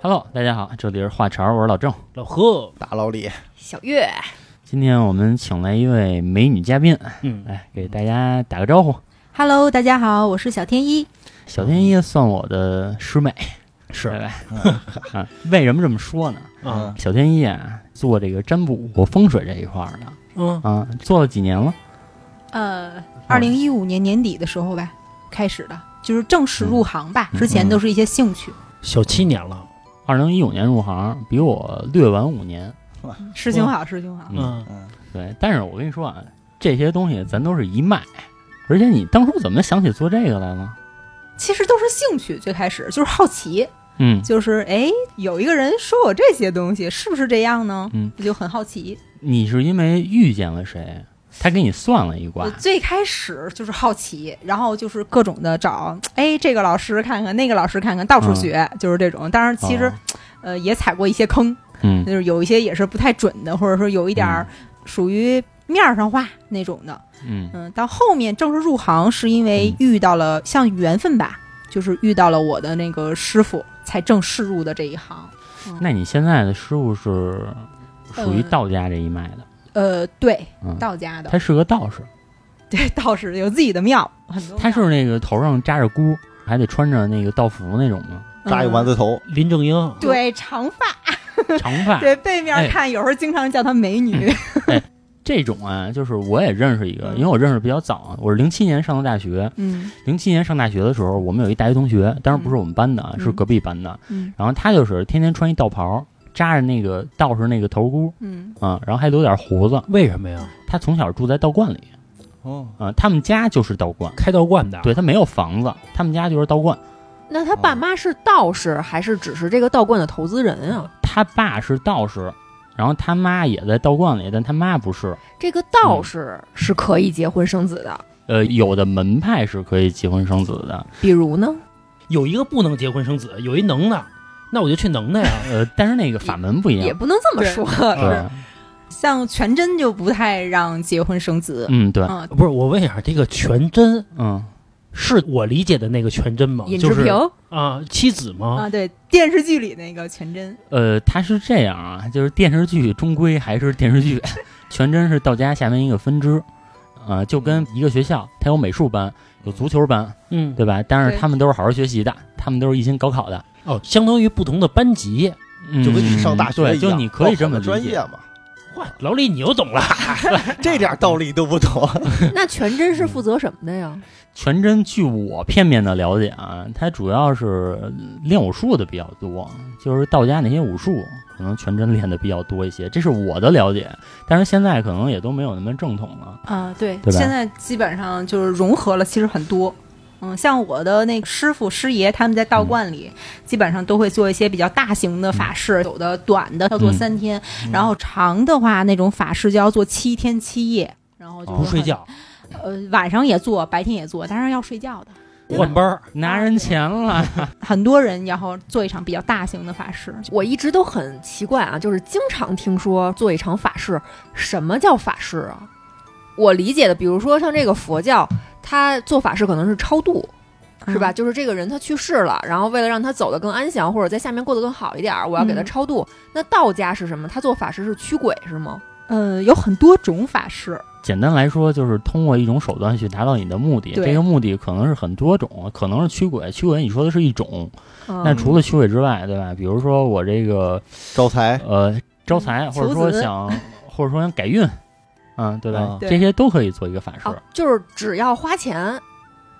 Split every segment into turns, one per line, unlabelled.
Hello，大家好，这里是话茬，我是老郑。
老贺，
大老李，
小月，
今天我们请来一位美女嘉宾，
嗯，
来给大家打个招呼。
Hello，大家好，我是小天一。
小天一算我的师妹，
是
拜拜。 嗯为什么这么说呢？
啊，
小天一 啊，做这个占卜、风水这一块儿的
嗯，
啊，做了几年了？
呃，二零一五年年底的时候吧，开始的，就是正式入行吧。
嗯
之前都是一些兴趣，
小七年了，
二零一五年入行，比我略晚五年。
事情好，事情好。
嗯
嗯，
嗯，
对，但是我跟你说啊，这些东西咱都是一脉。而且你当初怎么想起做这个来呢？
其实都是兴趣，最开始就是好奇，
嗯，
就是哎，有一个人说我这些东西是不是这样呢？
嗯，
我就很好奇。
你是因为遇见了谁，他给你算了一
我
卦？
最开始就是好奇，然后就是各种的找，哎，这个老师看看，那个老师看看，到处
嗯
学，就是这种。当然，其实、
哦
呃也踩过一些坑，
嗯，
就是有一些也是不太准的，或者说有一点儿
嗯
属于面儿上话那种的。
嗯
嗯，到后面正式入行是因
嗯
为遇到了像缘分吧，就是遇到了我的那个师傅，才正式入的这一行。，
那你现在的师傅是属于道家这一脉的，
呃，对，
嗯，
道家的，
他是个道士，
对，道士有自己的庙，很多庙。
他是那个头上扎着箍，还得穿着那个道服那种 吗？
扎一丸子头，
哦
啊
林正英，
嗯，对，长发，
长发，
对，背面
哎
看，有时候经常叫她美女。
这种啊，就是我也认识一个，
嗯
因为我认识比较早啊，我是零七年上的大学，
嗯
零七年上大学的时候，我们有一大学同学，当然不是我们班的啊，
嗯
是隔壁班的，
嗯
然后他就是天天穿一道袍，扎着那个道士那个头箍
嗯，
啊，然后还留点胡子，
为什么呀？
他从小住在道观里
哦，
啊，他们家就是道观，
开道观的，
对他没有房子，他们家就是道观。
那他爸妈是道士，还是只是这个道观的投资人啊？
他爸是道士，然后他妈也在道观里，但他妈不是。
这个
嗯
道士是可以结婚生子的，
呃，有的门派是可以结婚生子的，。
比如呢？
有一个不能结婚生子，有一能的，那我就去能的啊呀
呃，但是那个法门不一
也
样。
不能这么
对
说，
对，
像全真就不太让结婚生子。
嗯，对，
嗯，
不是，我问一下，这个全真
嗯，
是我理解的那个全真吗？
尹
就
志
是
平
啊，妻子
啊，
吗？
对，电视剧里那个全 真，
呃，他是这样啊，就是电视剧终归还是电视剧， 全真是道家下面一个分支，呃，就跟一个学校，它有美术班，有足球班，
嗯，
对吧？但是
对
他们都是好好学习的，他们都是一心高考的，
哦，相当于不同的班级。
嗯
就跟你上大学一样
对，就你可以这么
报
理
好的专
解
业。嘛，
哇，老李你又懂了，
这点道理都不懂。
那全真是负责什么的呀？
全真，据我片面的了解啊，他主要是练武术的比较多，就是道家那些武术，可能全真练的比较多一些，这是我的了解。但是现在可能也都没有那么正统了。
啊，对，
对吧
现在基本上就是融合了，其实很多。嗯，像我的那个师傅师爷，他们在道观里、基本上都会做一些比较大型的法事，有的短的要做三天，然后长的话那种法事就要做七天七夜，然后就
哦
不
是
睡
很，
觉，
呃，晚上也做，白天也做，当然要睡觉的。
换班儿。
拿人钱了，
很多人然后做一场比较大型的法事，
我一直都很奇怪啊，就是经常听说做一场法事，什么叫法事啊？我理解的，比如说像这个佛教，他做法事可能是超度，是吧？
嗯？
就是这个人他去世了，然后为了让他走得更安详，或者在下面过得更好一点儿，我要给他
嗯
超度。那道家是什么？他做法事是驱鬼是吗？
呃，有很多种法事，
简单来说就是通过一种手段去达到你的目的。
对
这个目的可能是很多种，可能是驱鬼，驱鬼你说的是一种。那
嗯，
除了驱鬼之外，对吧？比如说我这个
招财，
呃招财，
嗯
或者
求
说
子
想，或者说想改运，嗯，对吧？
啊
这些都可以做一个法事。
哦，就是只要花钱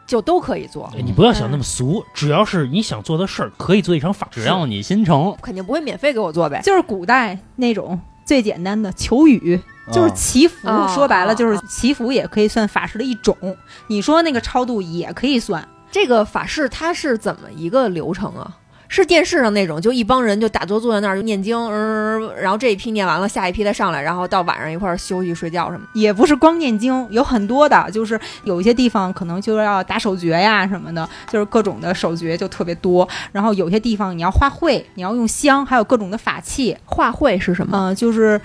就都可以做，
哎你不要想那么俗，只要是你想做的事儿，可以做一场法事。
只要你心诚，
肯定不会免费给我做呗。
就是古代那种最简单的求雨，嗯就是
啊
祈福，
啊
说白了就是
啊
祈福，也可以算法事的一种。你说那个超度也可以算，
这个法事它是怎么一个流程啊？是电视上那种，就一帮人就打坐坐在那儿就念经，嗯、然后这一批念完了，下一批再上来，然后到晚上一块儿休息睡觉什么的。
也不是光念经，有很多的，就是有一些地方可能就要打手诀呀什么的，就是各种的手诀就特别多。然后有些地方你要花卉，你要用香，还有各种的法器，
画会是什么？
呃嗯、就是。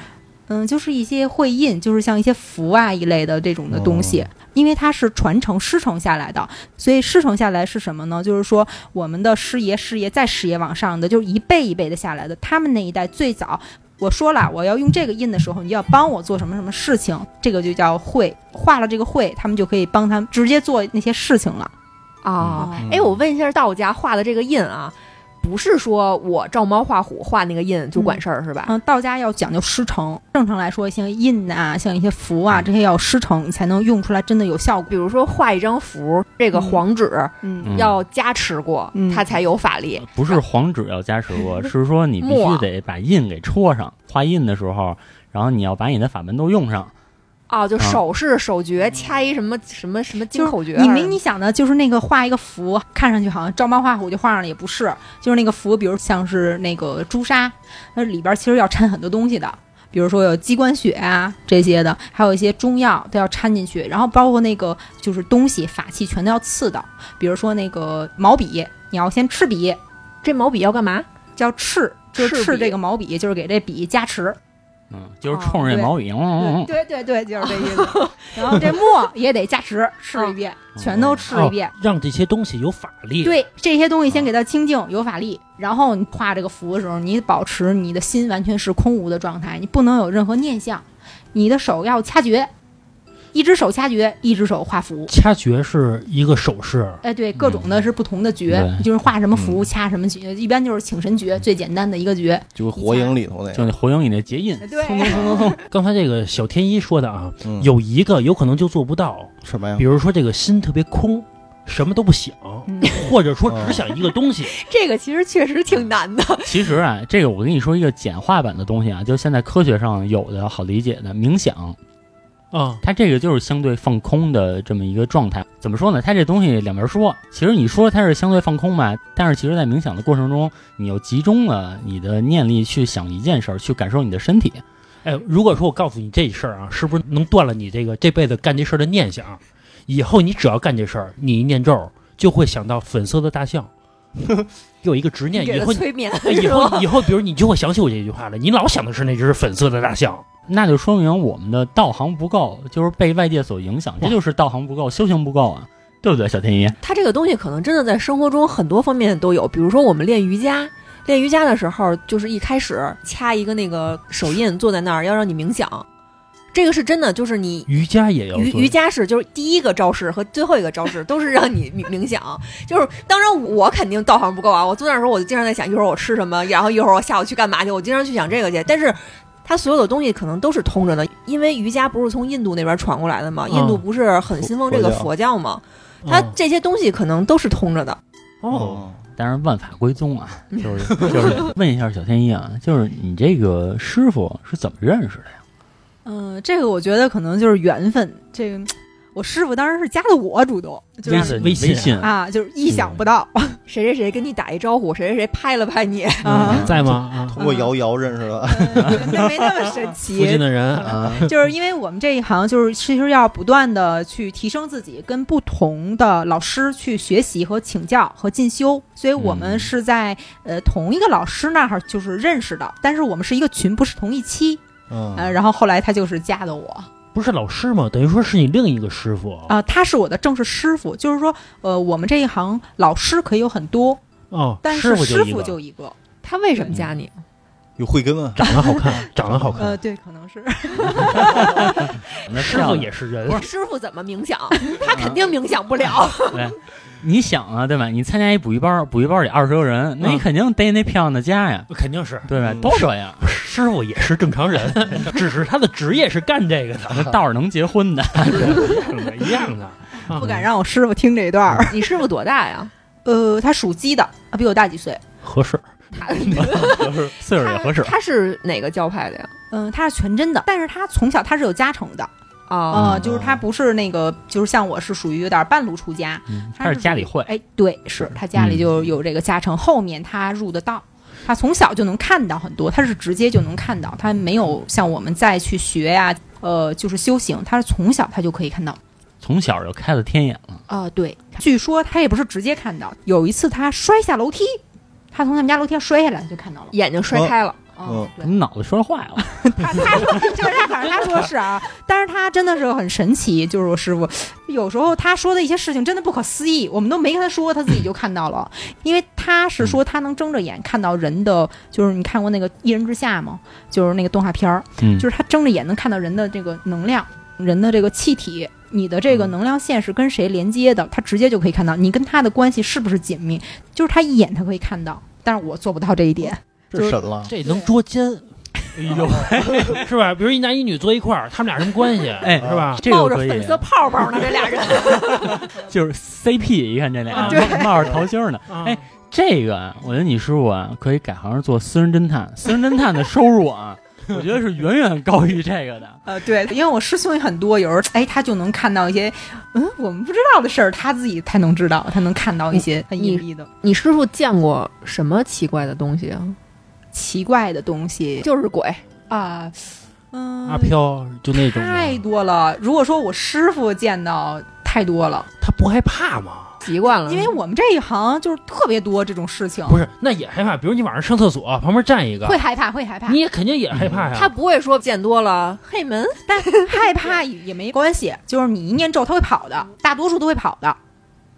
嗯，就是一些会印，就是像一些符啊一类的这种的东西，因为它是传承师承下来的，所以师承下来是什么呢？就是说我们的师爷、师爷再师爷往上的，就是一辈一辈的下来的。他们那一代最早，我说了，我要用这个印的时候，你就要帮我做什么什么事情，这个就叫会。画了这个会，他们就可以帮他们直接做那些事情了。
啊
嗯，
哎、我问一下道家画的这个印啊，不是说我照猫画虎画那个印就管事儿、是吧？
嗯，道家要讲究师承，正常来说，像印啊，像一些符啊，这些要师承，你才能用出来，真的有效果。
比如说画一张符，这个
嗯
黄纸
嗯
嗯
要加持过，
嗯
它才有法力。
不是黄纸要加持 过，是说你必须得把印给戳上。画印的时候，然后你要把你的法门都用上。
哦，就
啊
手势、手诀，
嗯
掐一什么什么什么金
就是
口诀。
你没你想的，就是那个画一个符，看上去好像照猫画虎就画上了，也不是。就是那个符，比如像是那个朱砂，那里边其实要掺很多东西的，比如说有鸡冠血啊这些的，还有一些中药都要掺进去，然后包括那个就是东西法器全都要刺的，比如说那个毛笔，你要先赤笔，
这毛笔要干嘛？
叫赤，就是
赤
赤
笔
这个毛笔，就是给这笔加持。
嗯，就是冲着这毛笔，嗯嗯嗯
哦对对对，就是这 意思。然后这墨也得加持，赤一
哦
遍，全都赤一遍。
让这些东西有法力。，
对这些东西先给它清净，有法力。然后你画这个符的时候，你保持你的心完全是空无的状态，你不能有任何念想。你的手要掐诀，一只手掐诀，一只手画符。
掐诀是一个手势，
哎，对，各种的是不同的诀，
对
就是画什么符、掐什么诀，一般就是请神诀最简单的一个诀。
就火影里头那
就
个，
那火影里那结印，
对
蹭蹭蹭蹭蹭，
刚才这个小天一说的啊，
嗯
有一个有可能就做不到，
什么呀
比？如说这个心特别空，什么都不想，
嗯
或者说只想一个东 西。
这个其实确实挺 难的。
其实啊，这个我跟你说一个简化版的东西啊，就现在科学上有的好理解的冥想，
啊，
它这个就是相对放空的这么一个状态。怎么说呢？它这东西两边说，其实你说它是相对放空吧，但是其实在冥想的过程中，你又集中了你的念力去想一件事儿，去感受你的身体。
哎，如果说我告诉你这事儿啊，是不是能断了你这个这辈子干这事儿的念想？以后你只要干这事儿，你一念咒就会想到粉色的大象，有一个执念，
给
以
他
后
催眠，
哎 以
是
后
吧
以后，比如你就会想起我这句话了，你老想的是那只粉色的大象。
那就说明我们的道行不够，就是被外界所影响，这就是道行不够，修行不够啊，对不对，小天一？
它这个东西可能真的在生活中很多方面都有，比如说我们练瑜伽。练瑜伽的时候，就是一开始掐一个那个手印，坐在那儿要让你冥想，这个是真的，就是你
瑜伽也要
瑜
做
瑜伽式就是第一个招式和最后一个招式都是让你冥冥想，就是当然我肯定道行不够啊，我坐那儿的时候我就经常在想一会儿我吃什么，然后一会儿我下午去干嘛去，我经常去想这个去，但是。它所有的东西可能都是通着的，因为瑜伽不是从印度那边传过来的嘛，
嗯
印度不是很信奉这个佛教嗯嘛，它
哦
这些东西可能都是通着的。
哦，
嗯
嗯
当然万法归宗啊，就是就是问一下小天一啊，就是你这个师傅是怎么认识的呀？
嗯，这个我觉得可能就是缘分。这个我师傅当时是加的我主动，就是
微信
微
微
信
信
啊，就是意想不到
谁谁谁跟你打一招呼，谁谁谁拍了拍你，
啊，
在吗？啊，
通过瑶瑶认识的，
那没那么神
附近
奇。
的人，
啊，
就是因为我们这一行，就是其实要不断的去提升自己，跟不同的老师去学习和请教和进修，所以我们
嗯
是在、呃同一个老师那儿就是认识的，但是我们是一个群，不是同一期。呃，
嗯，
然后后来他就是加的我，
不是老师吗？等于说是你另一个师傅
啊、他是我的正式师傅，就是说，呃，我们这一行老师可以有很多，
哦，
但
师
是
傅
师
一
傅
个
就一个，
他为什么加你？
有慧根啊，
长得好看，长得好
呃，
看，
对，可能
嗯
是，
那
师
啊
傅也是人，
师傅怎么冥想？他肯定冥想不了。
对，你想啊，对吧？你参加一补习班儿，补习班儿里二十个人，那你
嗯
肯定逮那漂亮的家呀，
肯定是
对吧？
嗯
都这 样，
师傅也是正常人， 只是他的职业是干这个的，
那道儿能结婚的，
一样的。啊
不敢让我师傅听这一段儿。
你师傅多大呀？
嗯
呃，他属鸡的，啊比我大几岁。
合适，
他
岁数也合适。
他是哪个教派的呀？
嗯、他是全真的，但是他从小他是有加成的，
啊、
呃，就是他不是那个，就是像我是属于有点半路出家，
嗯
他
他是家里
属于
会，
哎，对，是嗯他家里就有这个加成，后面他入的道。他从小就能看到很多，他是直接就能看到，他没有像我们再去学呀、呃，就是修行，他是从小他就可以看到。
从小就开了天眼了。
啊、对，据说他也不是直接看到，有一次他摔下楼梯，他从他们家楼梯上摔下来就看到了。
眼睛摔开了。
嗯，对
我脑子摔坏了。
他他说就是他，反正他说是啊，但是他真的是很神奇，就是我师傅，有时候他说的一些事情真的不可思议，我们都没跟他说，他自己就看到了，因为他是说他能睁着眼看到人的，就是你看过那个《一人之下》吗？就是那个动画片儿，
嗯，
就是他睁着眼能看到人的这个能量，人的这个气体，你的这个能量线是跟谁连接的，他直接就可以看到你跟他的关系是不是紧密，就是他一眼他可以看到，但是我做不到这一点。
这神了，
这能捉奸，哎呦， 是吧？比如一男一女坐一块儿，他们俩什么关系？
哎
是吧？
这
冒
个
着
可以，
粉色泡泡呢，这俩人。
就是 CP，一看这俩
啊
冒冒着桃心儿呢。
啊
哎，这个啊，我觉得你师傅啊，可以改行做私人侦探，私人侦探的收入啊，我觉得是远远高于这个的。
呃，对，因为我师兄也很多，有时候哎，他就能看到一些嗯我们不知道的事儿，他自己才能知道，他能看到一些很隐蔽的、
你师傅见过什么奇怪的东西啊？
奇怪的东西
就是鬼，
啊，嗯、
阿飘就那种的，
太多了。如果说我师傅见到太多了，
他不害怕吗？
习惯了。
因
哎
为我们这一行就是特别多这种事情，
嗯不是，那也害怕。比如你晚上上厕所，旁边站一个
哦会，害怕，会害怕
你。也肯定也害怕呀。
他不会说见多了，嘿门，
但害怕也也没关系，就是你一念咒，他会跑的，大多数都会跑的。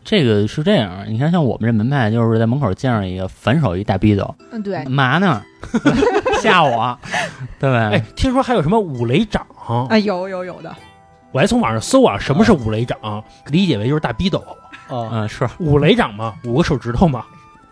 这个是这样，你看像我们这门派，就是在门口见上一个反手一大逼斗，
嗯，对
干，嘛呢？ 吓我， 对吧？
哎，听说还有什么五雷掌，
啊，有有有的，
我还从网上搜啊，什么是五雷掌？理解为就是大逼斗，
啊，
嗯，是，
五雷掌嘛，五个手指头嘛。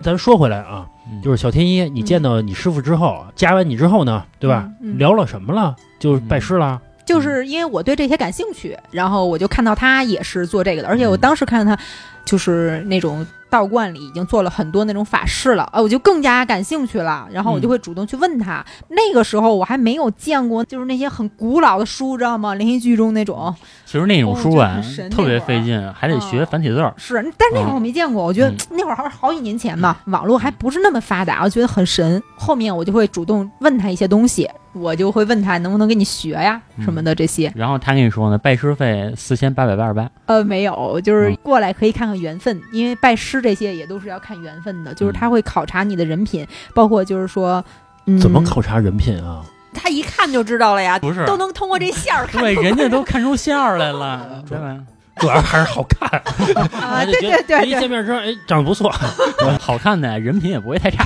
咱说回来啊，
嗯
就是小天一，你见到你师傅之后，加完你之后呢，对吧？
嗯嗯嗯
聊了什么了？就是拜师了。
就是因为我对这些感兴趣，然后我就看到他也是做这个的，而且我当时看到他就是那种道观里已经做了很多那种法事了，啊，我就更加感兴趣了，然后我就会主动去问他。那个时候我还没有见过，就是那些很古老的书，知道吗？连续剧中那种
其实那种书啊
哦这很神，
特别费劲，还得学繁体字儿。
是，但是那会儿我没见过，我觉得
嗯
那会儿还是好几年前吧，网络还不是那么发达，我觉得很神。后面我就会主动问他一些东西，我就会问他能不能跟你学呀什么的这些。
然后他跟你说呢，拜师费四千八百八十八，
呃，没有，就是
嗯
过来可以看看缘分，因为拜师这些也都是要看缘分的，就是
嗯
他会考察你的人品，包括就是说，嗯，
怎么？考察人品啊？
他一看就知道了呀，
不是
都能通过这线儿看出
对，
来。
人家都看出馅儿来了，对吧？
主要还是好看，
啊，
就觉
对对
得
对
一
对，
见面之后，哎，长得不错，
好看的人品也不会太差。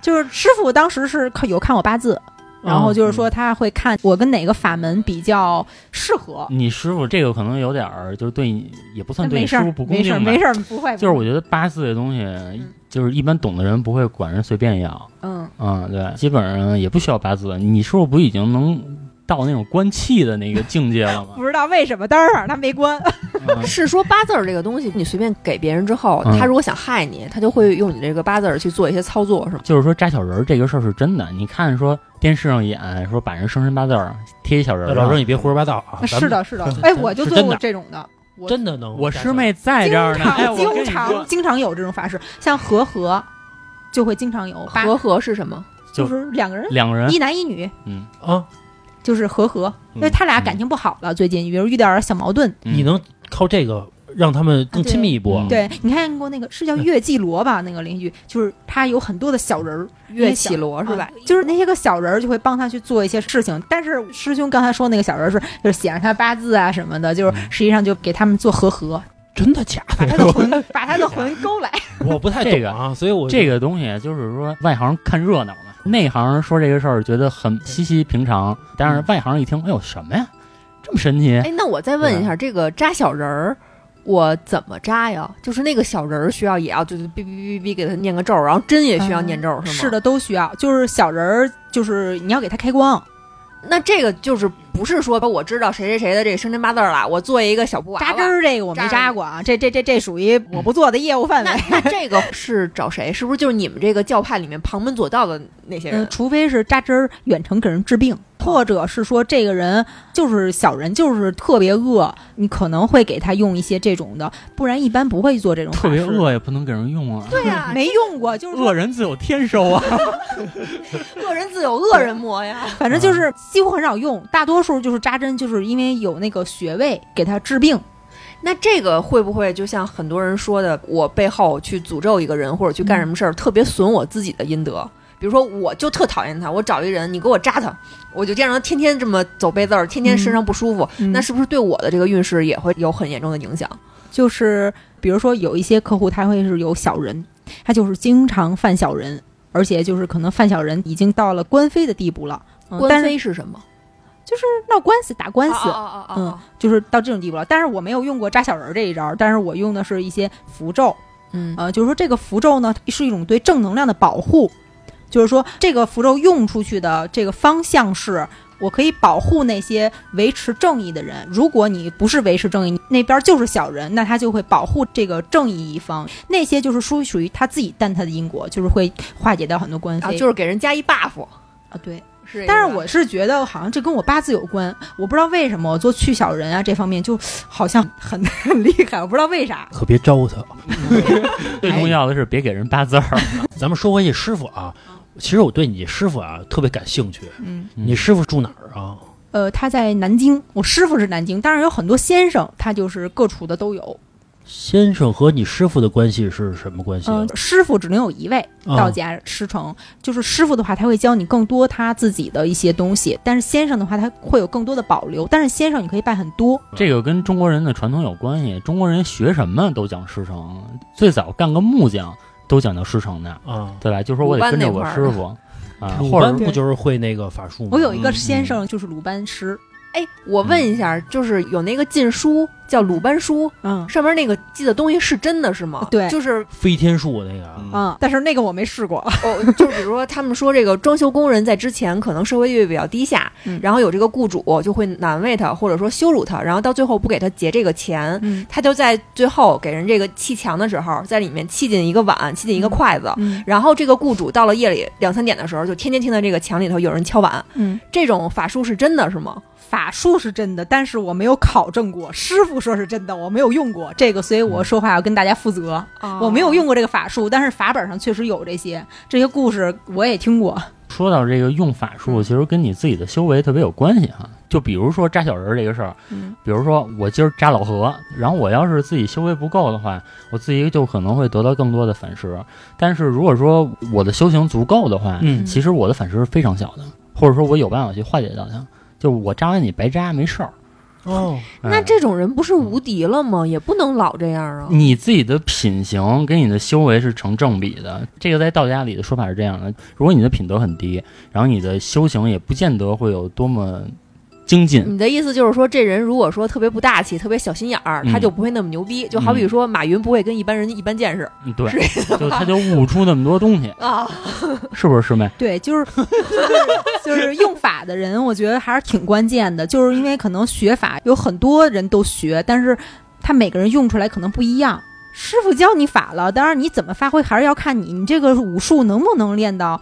就是师傅当时是看有看我八字，然
哦
后
嗯
就是说他会看我跟哪个法门比较适合。
你师傅这个可能有点儿，就是对你也不嗯算对
没
你师
事儿，
傅不公
没事儿，
平吧
没。事儿，嗯不会。
就是我觉得八字这东西，就是一般懂的人不会管人随便要，
嗯，
嗯，对，基本上也不需要八字。你师傅不已经能到那种观气的那个境界了 吗？
不知道为什么，当时反正他没关。
嗯
是说八字儿这个东西，你随便给别人之后，
嗯
他如果想害你，他就会用你这个八字儿去做一些操作，是吗？
就是说扎小人儿这个事儿是真的，你看说电视上演说把人生辰八字儿贴一小人儿
老郑
上，
你别胡说八道啊。咱
是
们，
的，是的，哎，
咱
我就
是
做
真
过
的
这种的，我
真的能。
我师妹在这儿呢，哎，我跟
经
你
常
说，
经常有这种法事，像和合就会经常有八
和合是什么？
就
就是两个人，
两个人
一男一女，
嗯，
啊，
就是和和，因为
嗯
他俩感情不好了，最近比如遇到点小矛盾。
嗯
你能靠这个让他们更亲密一步
啊。
对，你看过那个是叫《月季罗》吧？那个连续剧就是他有很多的小人儿，
岳绮罗是
是吧
吧？？
就是那些个小人儿就会帮他去做一些事情。但是师兄刚才说那个小人儿是就是写上他八字啊什么的，就是
嗯
实际上就给他们做和合，
真的假
把他的
的？
魂把他的魂勾来。
我不太懂啊，所以我
这个东西就是说外行看热闹嘛，内行说这个事儿觉得很稀奇平常，但
嗯
是外行一听，哎呦什么呀，这么神奇？
哎，那我再问一
嗯
下，这个扎小人儿。我怎么扎呀？就是那个小人儿需要也要就是哔哔哔哔给他念个咒，然后针也需要念咒，是吗？
嗯是。的，都需要，就是小人儿，就是你要给他开光，
那这个就是不是说我知道谁谁谁的这个生辰八字儿了，我做一个小布娃娃
扎针儿这个我没
扎
扎过啊，这这这这属于我不做的业务范围
那。那这个是找谁？是不是就是你们这个教派里面旁门左道的那些人
嗯，？除非是扎针儿远程给人治病，
哦
或者是说这个人就是小人，就是特别恶，你可能会给他用一些这种的，不然一般不会做这种
特别
法事。
恶也不能给人用啊，
对呀、
没用过，就是
恶
说，
人自有天收啊。
恶人自有恶人磨呀。
反正就是
嗯
几乎很少用，大多数就是扎针，就是因为有那个穴位给他治病。
那这个会不会就像很多人说的，我背后去诅咒一个人或者去干什么事儿，特别损我自己的阴德？比如说，我就特讨厌他，我找一人，你给我扎他，我就这样让他天天这么走背字儿，天天身上不舒服，
嗯
那是不是对我的这个运势也会有很严重的影响？
就是比如说有一些客户他会是有小人，他就是经常犯小人，而且就是可能犯小人已经到了官非的地步了，嗯、
官
但是
非是什么？
就是闹官司打官司。
啊啊啊啊啊！
就是到这种地步了，但是我没有用过扎小人儿这一招，但是我用的是一些符咒，
嗯
呃，就是说这个符咒呢是一种对正能量的保护，就是说这个符咒用出去的这个方向是。我可以保护那些维持正义的人。如果你不是维持正义，那边就是小人，那他就会保护这个正义一方。那些就是属属于他自己担他的因果，就是会化解掉很多官非。
啊，就是给人加一 buff，
啊，对。
是这个吧。
但是我是觉得，好像这跟我八字有关。我不知道为什么我做去小人啊这方面就好像很 很厉害，我不知道为啥。
可别招他。
最重要的是别给人八字儿。
咱们说回去师傅啊，其实我对你师傅啊特别感兴趣。
嗯，
嗯
你师傅住哪儿啊？
呃，他在南京，我师傅是南京，当然有很多先生，他就是各处的都有。
先生和你师傅的关系是什么关系啊？
嗯，师傅只能有一位
啊
嗯道家师承，就是师傅的话，他会教你更多他自己的一些东西，但是先生的话，他会有更多的保留。但是先生你可以拜很多，
这个跟中国人的传统有关系。中国人学什么都讲师承，最早干个木匠都讲究师承的，
啊，
对吧？就说我得
鲁班
跟着
那
我
块儿
师 傅啊，
鲁
或
班
者
不就是会那个法术吗？
我有一个
嗯
先生就是鲁班师，
哎，我问一下，就是有那个禁书叫鲁班书，
嗯
上面那个记的东西是真的是吗？
对
就是
飞天术那个啊。
嗯
嗯，但是那个我没试过。
哦，就比如说他们说这个装修工人在之前可能社会地位比较低下，
嗯
然后有这个雇主就会难为他或者说羞辱他，然后到最后不给他结这个钱，
嗯
他就在最后给人这个砌墙的时候，在里面砌进一个碗，砌进一个筷子。
嗯
然后这个雇主到了夜里两三点的时候，就天天听到这个墙里头有人敲碗。
嗯，
这种法术是真的是吗？
法术是真的，但是我没有考证过。师傅说是真的，我没有用过这个，所以我说话要跟大家负责。
哦
我没有用过这个法术，但是法本上确实有这些这些故事，我也听过。
说到这个用法术，其实跟你自己的修为特别有关系哈。就比如说扎小人儿这个事儿，
嗯
比如说我今儿扎老何，然后我要是自己修为不够的话，我自己就可能会得到更多的反噬。但是如果说我的修行足够的话，
嗯
其实我的反噬是非常小的，或者说我有办法去化解掉它。就是我扎完你白扎没事儿。
哦，
那
哎
这种人不是无敌了吗？也不能老这样啊。
你自己的品行跟你的修为是成正比的，这个在道家里的说法是这样的：如果你的品德很低，然后你的修行也不见得会有多么精进，
你的意思就是说，这人如果说特别不大气、特别小心眼儿，
嗯
他就不会那么牛逼。就好比说马云不会跟一般人一般见识
嗯对
是，
就他就悟不出那么多东西，
啊。
是不是师妹？
对，就是 就是就是用法的人，我觉得还是挺关键的，就是因为可能学法有很多人都学，但是他每个人用出来可能不一样。师傅教你法了，当然你怎么发挥还是要看你你这个武术能不能练到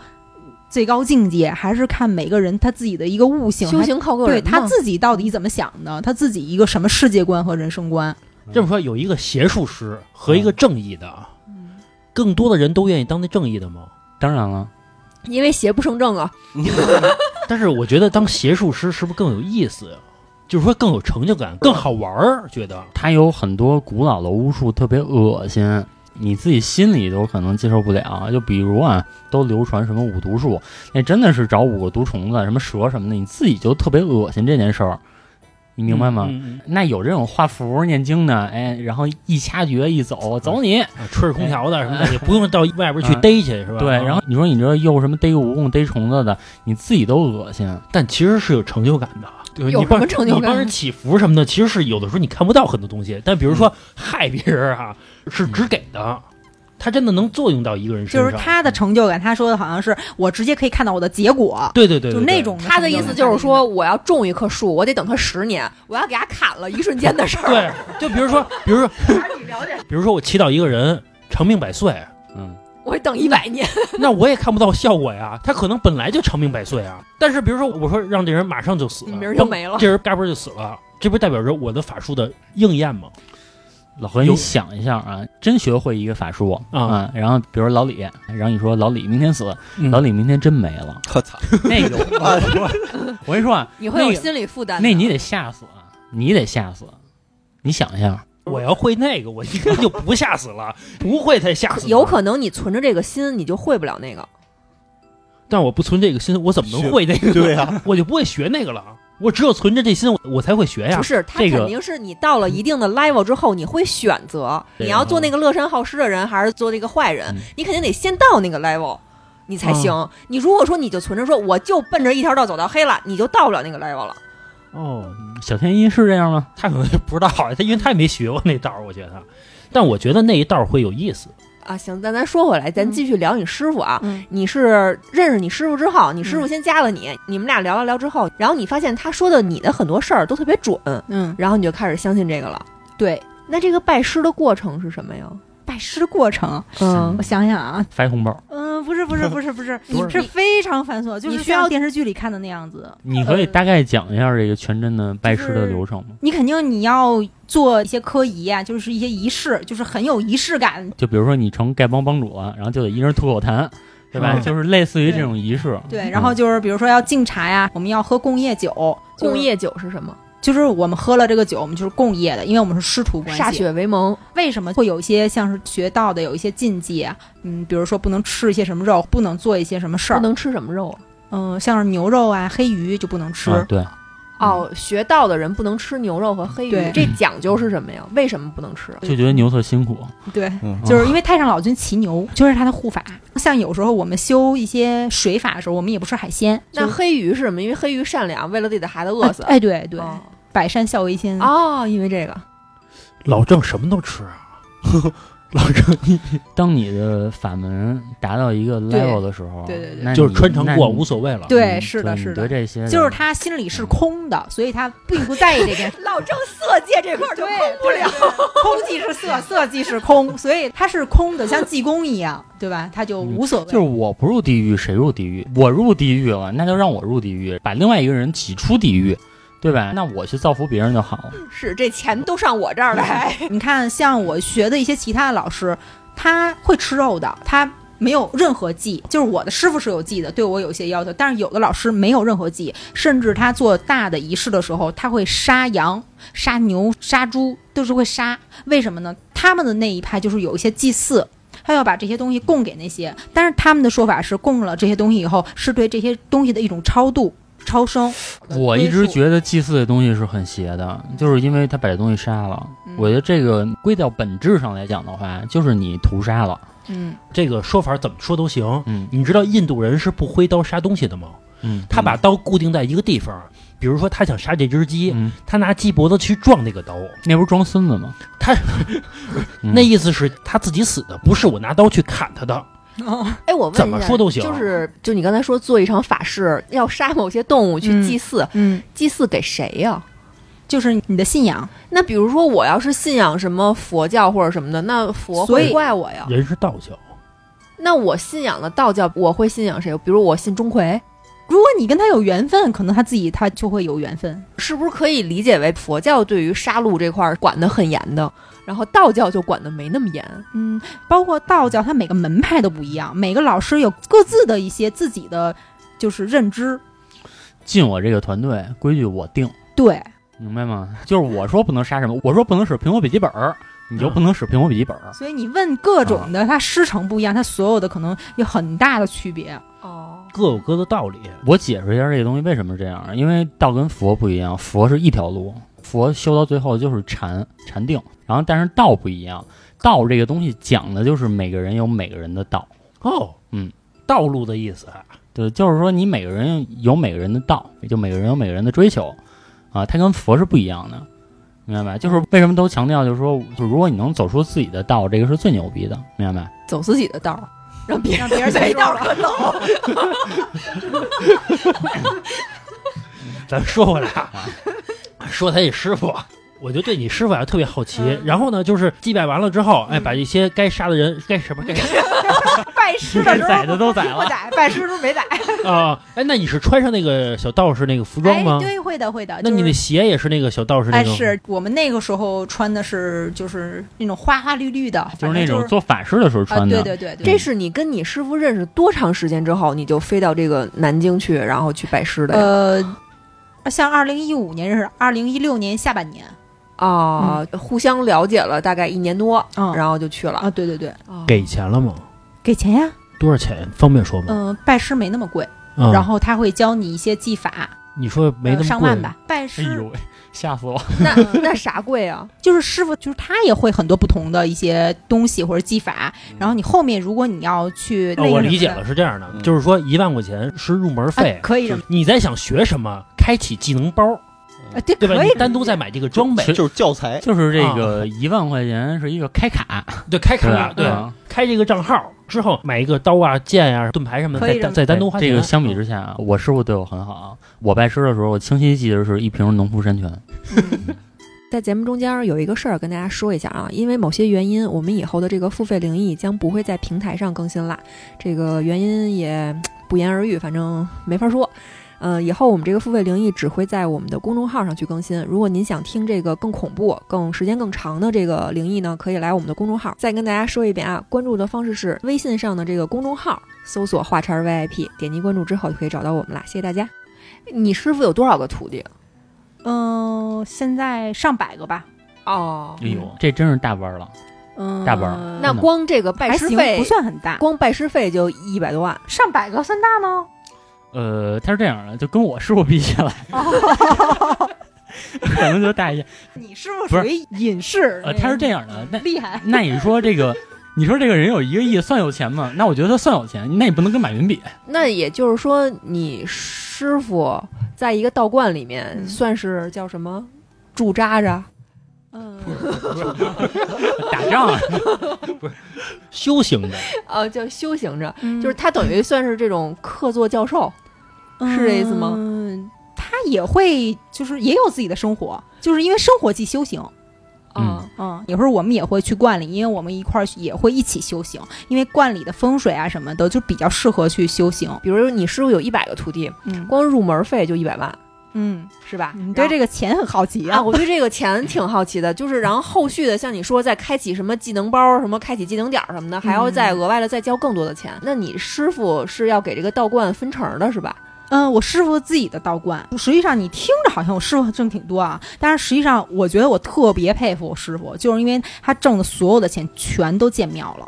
最高境界，还是看每个人他自己的一个悟性，
修行靠个
对
人嘛。
他自己到底怎么想的，他自己一个什么世界观和人生观。
这么说有一个邪术师和一个正义的，啊
嗯
更多的人都愿意当那正义的吗？
当然了，
因为邪不胜正啊。
但是我觉得当邪术师是不是更有意思呀？就是说更有成就感，更好玩儿，觉得
他有很多古老的巫术特别恶心，你自己心里都可能接受不了。就比如啊，都流传什么五毒术，那真的是找五个毒虫子，什么蛇什么的，你自己就特别恶心这件事儿，你明白吗？
嗯嗯
那有这种画符念经的，哎，然后一掐诀一走，走你。
嗯啊吹着空调的什么的，也不用到外边去
嗯
逮去，是吧？啊
对，然后你说你这又什么逮蜈蚣、逮虫子的，你自己都恶心。
但其实是有成就感的。对
有
你帮
什么成就感
你帮人祈福什么的，其实是有的时候你看不到很多东西。但比如说害别人啊，是只给的，他真的能作用到一个人身
就
上。
是他的成就感，他说的好像是我直接可以看到我的结果，
对对对，
就
对
那种。
他的意思就是说，，我要种一棵树，我得等它十年，我要给它砍了，一瞬间的事儿。
对，对就比如 说，比如说，比如说我祈祷一个人长命百岁，啊
嗯，
我得等一百年。
那我也看不到效果呀。他可能本来就长命百岁啊，但是比如说我说让这人马上就死，
明儿就
嘣
没了
这人嘎嘣就死了，这不代表着我的法术的应验吗？
老何，
有
你想一下啊，真学会一个法术
啊
啊、然后比如老李，然后你说老李明天死，老
嗯，
李明天真没了，
我操！
那有 我跟你说啊，
你会有
那个
心理负担的。
那你得吓死啊，你得吓死。你想一下，
我要会那个，我应该就不吓死了，不会才吓死。
有可能你存着这个心，你就会不了那个。
但是我不存这个心，我怎么能
学
会这个？
对啊呀，
我就不会学那个了。我只有存着这心，我我才会学呀
不。是，他
这个
肯定是你到了一定的 level 之后，你会选择
对
你要
嗯
做那个乐善好施的人，还是做那个坏人
嗯。
你肯定得先到那个 level，你才
嗯
行。你如果说你就存着说我就奔着一条道走到黑了，你就到不了那个 level 了。
哦，
小天一是这样吗？
他可能也不知道，他因为他也没学过那道儿，我觉得。但我觉得那一道儿会有意思。
啊，行，那咱说回来，咱
嗯
继续聊你师傅啊。
嗯
你是认识你师傅之后，你师傅先加了你，你们俩聊了聊之后，然后你发现他说的你的很多事儿都特别准，
嗯，
然后你就开始相信这个了。
对，
那这个拜师的过程是什么呀？
拜师过程，
嗯
我，想想啊，
发一红包，
嗯，不是不是不是不是
多，少
是非常繁琐，就是
你需要
像电视剧里看的那样子。
你可以大概讲一下这个全真的拜师的流程吗？
你肯定你要做一些科仪啊，就是一些仪式，就是很有仪式感。
就比如说你成丐帮帮主了，然后就得一人吐口痰，对吧？
嗯
就是类似于这种仪式。
对，然后就是比如说要敬茶呀，我们要喝共业酒，就是
共业酒是什么？
就是我们喝了这个酒，我们就是共业的，因为我们是师徒关系。
歃血为盟。
为什么会有一些像是学道的有一些禁忌啊？嗯，比如说不能吃一些什么肉，不能做一些什么事
不
儿。
能吃什么肉？啊
嗯、像是牛肉啊、黑鱼就不能吃。
嗯
啊，对，
哦，学道的人不能吃牛肉和黑鱼
对，
这讲究是什么呀？为什么不能吃？
就觉得牛特辛苦，
对，
嗯
就是因为太上老君骑牛，就是他的护法。像有时候我们修一些水法的时候，我们也不吃海鲜。
那
就是
黑鱼是什么？因为黑鱼善良，为了自己的孩子饿死。
哎，对对，
哦
百善孝为先。
哦，因为这个
老郑什么都吃啊，老郑
当你的法门达到一个 level 的时候，
对对对
那你
就是穿成过
那你
无所谓了。
对
嗯
是的
对
是
你
的
对这些
就是他心里是空的，所以他并不在意这 件事。
老郑色戒这块儿
对，对对空即是色，色即是空，所以他是空的，像济公一样，对吧？他就无所谓。
就是我不入地狱，谁入地狱？我入地狱了，那就让我入地狱，把另外一个人挤出地狱，对吧？那我去造福别人就好了。
是这钱都上我这儿来。
你看，像我学的一些其他的老师，他会吃肉的，他没有任何忌，就是我的师傅是有忌的，对我有一些要求。但是有的老师没有任何忌，甚至他做大的仪式的时候，他会杀羊、杀牛、杀猪，都是会杀。为什么呢？他们的那一派就是有一些祭祀。他要把这些东西供给那些，但是他们的说法是供了这些东西以后，是对这些东西的一种超度、超生。
我一直觉得祭祀的东西是很邪的，就是因为他把这东西杀了。
嗯
我觉得这个归到本质上来讲的话，就是你屠杀了。
嗯，
这个说法怎么说都行。
嗯
你知道印度人是不挥刀杀东西的吗？
嗯，
他把刀固定在一个地方，比如说他想杀这只鸡，
嗯，
他拿鸡脖子去撞那个刀，
那不是装孙子吗？
他
嗯
那意思是他自己死的，不是我拿刀去砍他的。
哎，我问一下
怎么说都行
就是就你刚才说做一场法事，要杀某些动物去
嗯
祭祀，
嗯，
祭祀给谁呀、
就是你的信仰。
那比如说我要是信仰什么佛教或者什么的，那佛
所以
会怪我呀。
人是道教，
那我信仰的道教，我会信仰谁？比如我信钟馗，
如果你跟他有缘分，可能他自己他就会有缘分。
是不是可以理解为佛教对于杀戮这块儿管得很严的，然后道教就管得没那么严？
嗯，包括道教，它每个门派都不一样，每个老师有各自的一些自己的就是认知。
进我这个团队，规矩我定，
对，
明白吗？就是我说不能杀什么，我说不能使苹果笔记本儿，你就不
嗯
能使苹果笔记本儿。
所以你问各种的，它师承不一样，它所有的可能有很大的区别。
哦，
各有各的道理。
我解释一下这个东西为什么是这样，因为道跟佛不一样，佛是一条路，佛修到最后就是禅禅定，然后但是道不一样，道这个东西讲的就是每个人有每个人的道，
哦，
嗯，
道路的意思啊。
对，就是说你每个人有每个人的道，也就每个人有每个人的追求，啊，它跟佛是不一样的，明白吧？就是为什么都强调，就是说，就是如果你能走出自己的道，这个是最牛逼的，明白吧？
走自己的道儿，让别
让别人
人没
走
道儿可走。
咱说回来啊， 说他这师傅，我就对你师傅啊特别好奇。
嗯
然后呢，就是祭拜完了之后，哎，
嗯
把一些该杀的人该什么 该
拜师
该
的时
宰
候
的都宰
不
了，
宰，拜师的时候没宰。
啊、哎，那你是穿上那个小道士那个服装吗？
哎对，会的，会的。
那
就
你
是
的鞋也是那个小道士那
哎，
种？
是我们那个时候穿的是就是那种花花绿绿的，
就是
反
那
正
种
是
做法事的时候
啊，
穿的。
对对对对，
这是你跟你师傅认识多长时间之后，你就飞到这个南京去，然后去拜师的呀？
呃，像二零一五年认识，二零一六年下半年
啊、互相了解了大概一年多，
呃嗯
然后就去了。
啊，对对对，
哦
给钱了吗？
给钱呀，
多少钱？方便说吗？
嗯、拜师没那么贵，
嗯，
然后他会教你一些技法，
你说没
呃
那么
上
贵
万吧。拜
哎
师
呦喂，吓死我！
那那啥贵啊？
就是师傅，就是他也会很多不同的一些东西或者技法。然后你后面如果你要去
啊
那个
我
什么
理解
的
了，，是这样的，
嗯
就是说一万块钱是入门
啊
费，
可以这么
你在想学什么，开启技能包，
啊对
对吧？
可以
你单独再买这个装备，
就是教材，
就是这个一万块钱是一个啊开卡，
对，开
是
卡
吧？，
对，
啊
开这个账号之后买一个刀啊、剑啊、盾牌什么的，
可以
嗯
再单
这么
再单独花钱。
哎这个相比之下啊，我师傅对我很好。啊我拜师的时候，我清晰记得是一瓶农夫山泉。
在节目中间有一个事儿跟大家说一下啊，因为某些原因，我们以后的这个付费灵异将不会在平台上更新啦。这个原因也嗯不言而喻，反正没法说。呃，以后我们这个付费灵异只会在我们的公众号上去更新。如果您想听这个更恐怖、更时间更长的这个灵异呢，可以来我们的公众号。再跟大家说一遍啊，关注的方式是微信上的这个公众号，搜索“画叉 VIP”，点击关注之后就可以找到我们啦。谢谢大家。你师傅有多少个徒弟？
嗯、现在上百个吧，
哦
哎呦，这真是大腕儿了。
嗯、
大本
儿
那光这个拜
还
师
行，
费
不算很大，
光拜师费就一百多万，
上百个 算大吗？
呃，他是这样的，就跟我师傅比起来， 可能就大一些。
你师傅
不是
属于隐士，嗯
呃，他是这样的，那
厉害。
那你说这个，你说这个人有一个亿算有钱吗？那我觉得他算有钱，那也不能跟马云比。
那也就是说，你师傅在一个道观里面
嗯
算是叫什么驻扎着？
嗯，
打仗 啊，
修行的，
呃，叫修行着，
嗯
就是他等于算是这种客座教授。是这意思吗
嗯，他也会，就是也有自己的生活，就是因为生活即修行。
啊。
嗯，有时候我们也会去观里，因为我们一块儿去也会一起修行，因为观里的风水啊什么的就比较适合去修行。
比如你师傅有一百个徒弟，
嗯
光入门费就一百万，
嗯，
是吧？
你对这个钱很好奇
然后啊，
啊？
我对这个钱挺好奇的，就是然后后续的，像你说再开启什么技能包、什么开启技能点儿什么的，还要再额外的再交更多的钱。那你师傅是要给这个道观分成的，是吧？
嗯，我师傅自己的道观，实际上你听着好像我师傅挣挺多啊，但是实际上我觉得我特别佩服我师傅，就是因为他挣的所有的钱全都建庙了，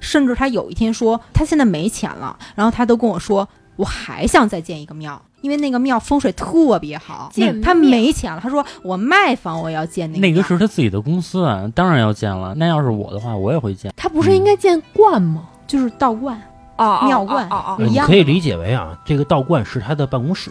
甚至他有一天说他现在没钱了，然后他都跟我说我还想再建一个庙。因为那个庙风水特别好，
建
他
庙
没钱了，他说我卖房我也要建那个
那
庙。
个是他自己的公司啊，当然要建了。那要是我的话，我也会建。
他不是应该建观吗？
就是道观，
哦哦
庙观
哦哦
一
哎你
样
可以
的
理解为啊，这个道观是他的办公室，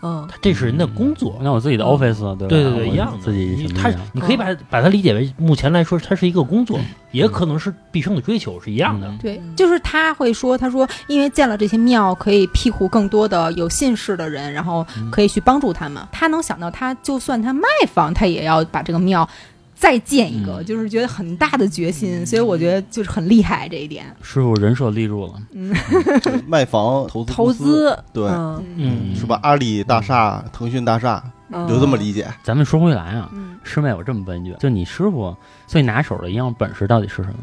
哦，
他这是人的工作。
嗯那我自己的 office 啊对吧？
嗯对对对，
我
一样的。
自己
你
什么
他
样，
你可以
嗯
把嗯把它理解为，目前来说，它是一个工作，也可能是毕生的追求，是一样的。
嗯
对
嗯，
就是他会说，他说因为建了这些庙，可以庇护更多的有信士的人，然后
嗯
可以去帮助他们。他能想到，他就算他卖房，他也要把这个庙再建一个，
嗯
就是觉得很大的决心。所以我觉得就是很厉害这一点。
师傅人设立住了，
嗯
卖房投资
投
公司，
资
对，
嗯
嗯
是吧？阿里大厦、腾讯大厦，
嗯
就这么理解。
咱们说回来啊，
嗯，
师妹，我这么问一句，就你师傅最拿手的一样本事到底是什么？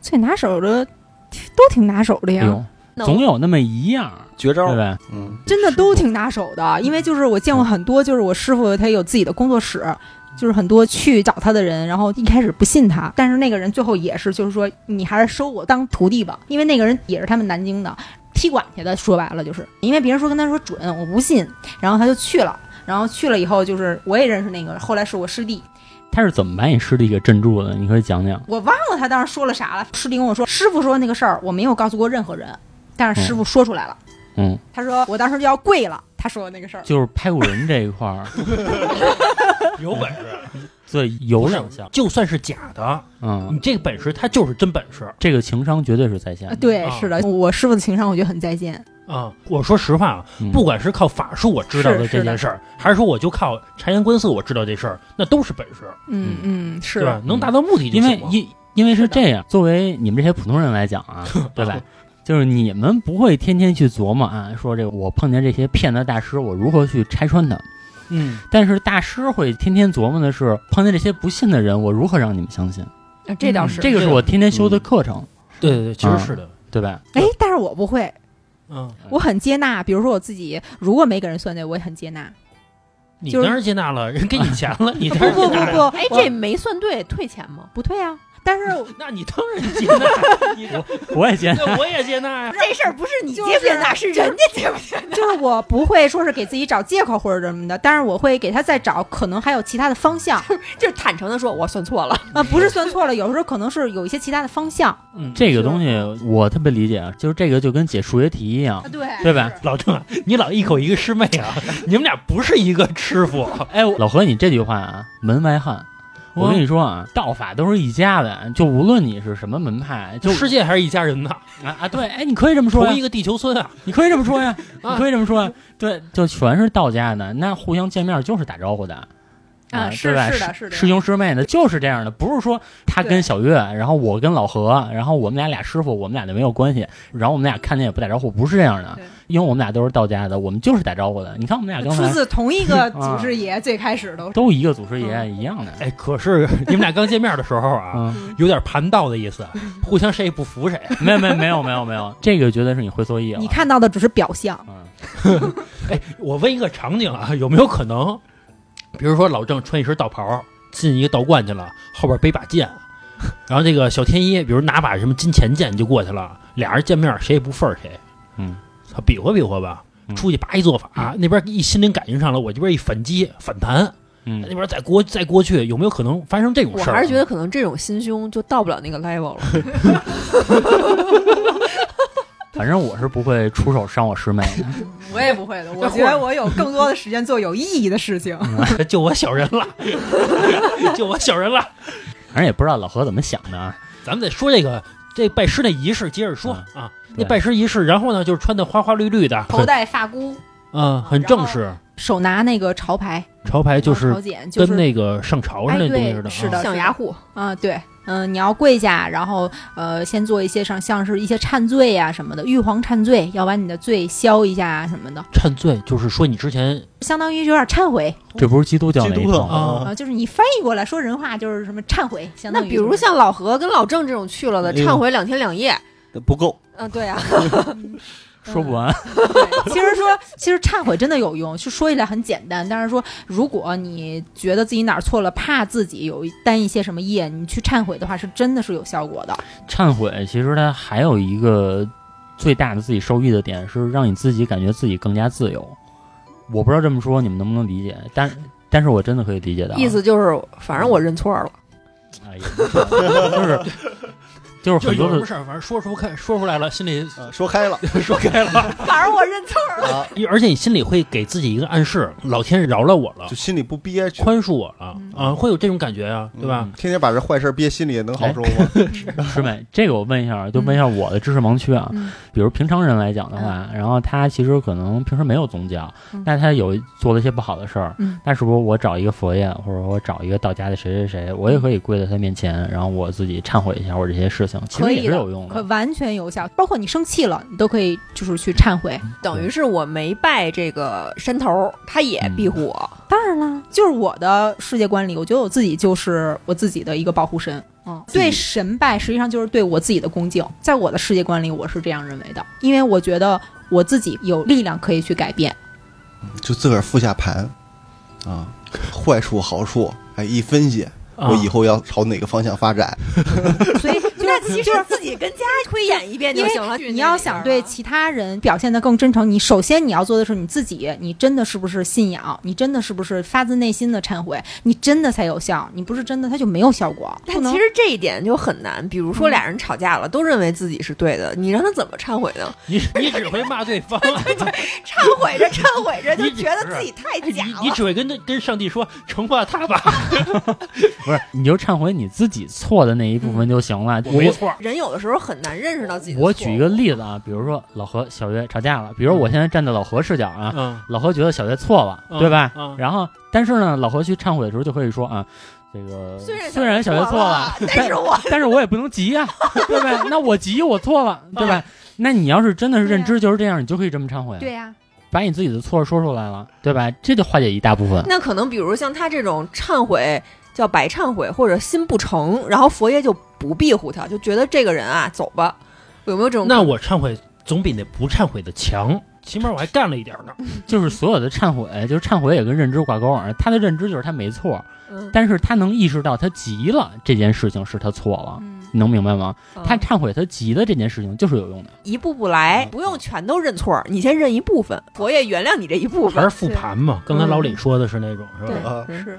最拿手的都挺拿手的
哎
呀
呦，，
那
总
我
有那么一样，
绝招
对，吧？
嗯，
真的都挺拿手的。因为就是我见过很多，就是我师傅他有自己的工作室。就是很多去找他的人，然后一开始不信他，但是那个人最后也是，就是说你还是收我当徒弟吧，因为那个人也是他们南京的踢馆去的。说白了就是因为别人说跟他说准，我不信，然后他就去了，然后去了以后就是我也认识那个，后来是我师弟，
他是怎么把你师弟给镇住的？你可以讲讲。
我忘了他当时说了啥了。师弟跟我说，师傅说那个事儿我没有告诉过任何人，但是师傅说出来了，
嗯，
他说我当时就要跪了，他说的那个事儿。
就是拍古人这一块 儿，
有本事，
对，有两项，
就算是假的，你
嗯，
这个本事它就是真本事
这个情商绝对是在线
啊，
的。
对，
啊
是的，我师傅的情商我觉得很在线。
啊！我说实话啊，
嗯
不管是靠法术我知道的
是是
这件事儿，还是说我就靠察言观色我知道这事儿，那都是本事，
嗯嗯，是
对吧？能达到目的就
因为
行了。
因因为
是
是
的
这样，作为你们这些普通人来讲啊，对吧？就是你们不会天天去琢磨啊，说这个我碰见这些骗子大师，我如何去拆穿他。
嗯，
但是大师会天天琢磨的是，碰见这些不信的人，我如何让你们相信？
啊这倒
嗯
是
这个是我天天修的课程，
对对对，其实
啊
是的，
对吧？
哎，但是我不会，
嗯，
我很接纳。比如说我自己，如果没给人算对，我也很接纳。
你
就是
当然接纳了，人给你钱了，你当
不
然接
不
纳了。
不不，
哎，这没算对，退钱吗？
不退啊。但是
那你当然接纳，你
我也 接
那我也接纳呀。
这事儿不是你
就
接不接
是
纳，是人家接不接纳。
就是我不会说是给自己找借口或者什么的，但是我会给他再找可能还有其他的方 向，
就是坦诚的说，我算错了。
啊，不是算错了，有时候可能是有一些其他的方向
嗯，
这个东西我特别理解，啊就是这个就跟解数学题一样
啊，，对
对吧？
老郑啊，你老一口一个师妹啊，你们俩不是一个师傅。
哎，老何，你这句话啊，门外汉。我
嗯
跟你说啊，道法都是一家的，就无论你是什么门派，就
世界还是一家人呢，
啊啊，对，哎，你可以这么说呀
同一，个地球村啊。
你可以这么说 呀，
啊
你可以这么说呀，对，就全是道家的，那互相见面就是打招呼的。
啊是
对吧？
是的是的
师兄师妹的，就是这样的，不是说他跟小月，然后我跟老何，然后我们俩俩师傅，我们俩就没有关系，然后我们俩看见也不打招呼，不是这样的
对，
因为我们俩都是道家的，我们就是打招呼的。你看我们俩刚
出
才
自同一个祖师爷，最开始都是。
都一个祖师爷
嗯
一样的，
哎，可是你们俩刚见面的时候啊，
嗯，
有点盘道的意思，
嗯
互相谁也不服谁。
没有没有没有没有没有，这个绝对是你会错意了。
你，看到的只是表象，
嗯，
哎，我问一个场景啊，有没有可能，比如说老郑穿一身道袍进一个道观去了，后边背把剑，然后这个小天一，比如拿把什么金钱剑就过去了，俩人见面谁也不忿儿谁，
嗯，
他比划比划吧
嗯。
出去叭一做法、那边一心灵感应上了，我这边一反击反弹，那
嗯，
边再过再过去，有没有可能发生这种
我
事儿？啊
还是觉得可能这种心胸就到不了那个 level 了。
反正我是不会出手伤我师妹的。
我也不会的。我
觉得
我有更多的时间做有意义的事
嗯
情。
嗯
救我小人了，救我小人了。
反正也不知道老何怎么想的啊。
咱们得说这个这拜师那仪式，接着说
啊
啊，
对
那拜师仪式，然后呢就是穿的花花绿绿的，
头
很
戴发箍，
嗯很正式，
手拿那个潮牌，
潮牌哎就是
朝简，就
跟
是
那个上朝
哎
似的那
对
东西似的，
是的
啊
象牙户，
啊、对，嗯、你要跪下，然后呃，先做一些像像是一些忏罪呀、什么的，玉皇忏罪，要把你的罪消一下啊什么的，
忏罪就是说你之前
相当于有点忏悔
这不是基督教那一
基督
套
教
吗？
啊
啊、就是你翻译过来说人话就是什么忏悔，相
那
当于
比如
是
像老何跟老郑这种去了的，
哎呦
忏悔两天两夜。
呃不够，
嗯，对啊，
说不完。
对其实说，其实忏悔真的有用，就说起来很简单。但是说，如果你觉得自己哪儿错了，怕自己有担一些什么业，你去忏悔的话，是真的是有效果的。
啊
忏悔其实它还有一个最大的自己受益的点是让你自己感觉自己更加自由。我不知道这么说你们能不能理解，但但是我真的可以理解的啊、
意思就是，反正我认错了。
啊，也不是就是就是
就
很多
有什么
的
事儿，反正说出看说出来了，心里
呃说开了
说开了，
反正我认错了。
啊，
而且你心里会给自己一个暗示，老天饶了我了
就。心里不憋屈，
宽恕我了
嗯
啊，会有这种感觉啊，对吧？
嗯？天天把这坏事憋心里能好受吗？
师妹，这个我问一下，啊就问一下我的知识盲区啊。
嗯
比如平常人来讲的话，然后他其实可能平时没有宗教，
嗯
但他有做了一些不好的事儿，
嗯
那是不是我找一个佛爷，或者我找一个道家的谁谁谁，我也可以跪在他面前，然后我自己忏悔一下我这些事情，其
可
实也
以
是
的
有用
可
的。
完全有效，包括你生气了，你都可以就是去忏悔。
等于是我没拜这个山头，他也庇护我。
当然啦，就是我的世界观里，我觉得我自己就是我自己的一个保护神。嗯，对神拜实际上就是对我自己的恭敬，在我的世界观里，我是这样认为的，因为我觉得我自己有力量可以去改变。
就自个儿复下盘啊，坏处好处，哎，一分析，
啊
我以后要朝哪个方向发展？
所 以就是
那其实自己跟家推演一遍
因
就
为
行了。
你要想对其他人表现得更真诚，你首先你要做的是你自己，你真的是不是信仰？你真的是不是发自内心的忏悔？你真的才有效，你不是真的，它就没有效果。不
但
能
其实这一点就很难，比如说俩人吵架了，都认为自己是对的，你让他怎么忏悔呢？
你你只会骂对 方，
忏悔着，忏悔着，就
你
觉得自己太
哎
假
你你
了。
只会跟那跟上帝说惩罚他吧，
不是，你就忏悔你自己错的那一部分就行了。我
没错儿，
人有的时候很难认识到自己的错误。
我举一个例子啊，比如说老何、小月吵架了，比如我现在站在老何视角啊，
嗯，
老何觉得小月错了，
嗯
对吧？
嗯
然后，但是呢，老何去忏悔的时候就可以说啊，这个
虽然
虽然小月错
了，但是 我
但是我也不能急呀、对吧？那我急，我错了，
嗯
对吧？那你要是真的是认知就是这样，你就可以这么忏悔，
对呀、
把你自己的错说出来了，对吧？这就化解一大部 分。
那可能比如像他这种忏悔叫白忏悔或者心不诚，然后佛爷就不庇护他，就觉得这个人啊走吧，有没有这种？
那我忏悔总比那不忏悔的强。起码我还干了一点呢。
嗯
就是所有的忏悔，就是忏悔也跟认知挂钩啊。他的认知就是他没错，
嗯，
但是他能意识到他急了这件事情是他错了，
嗯，
你能明白吗？
嗯
他忏悔他急的这件事情就是有用的。
一步步来，
嗯
不用全都认错，你先认一部分，我也原谅你这一部
还
分
是。复盘嘛，刚才老李说的是那种，是
嗯对
吧？
啊，
是。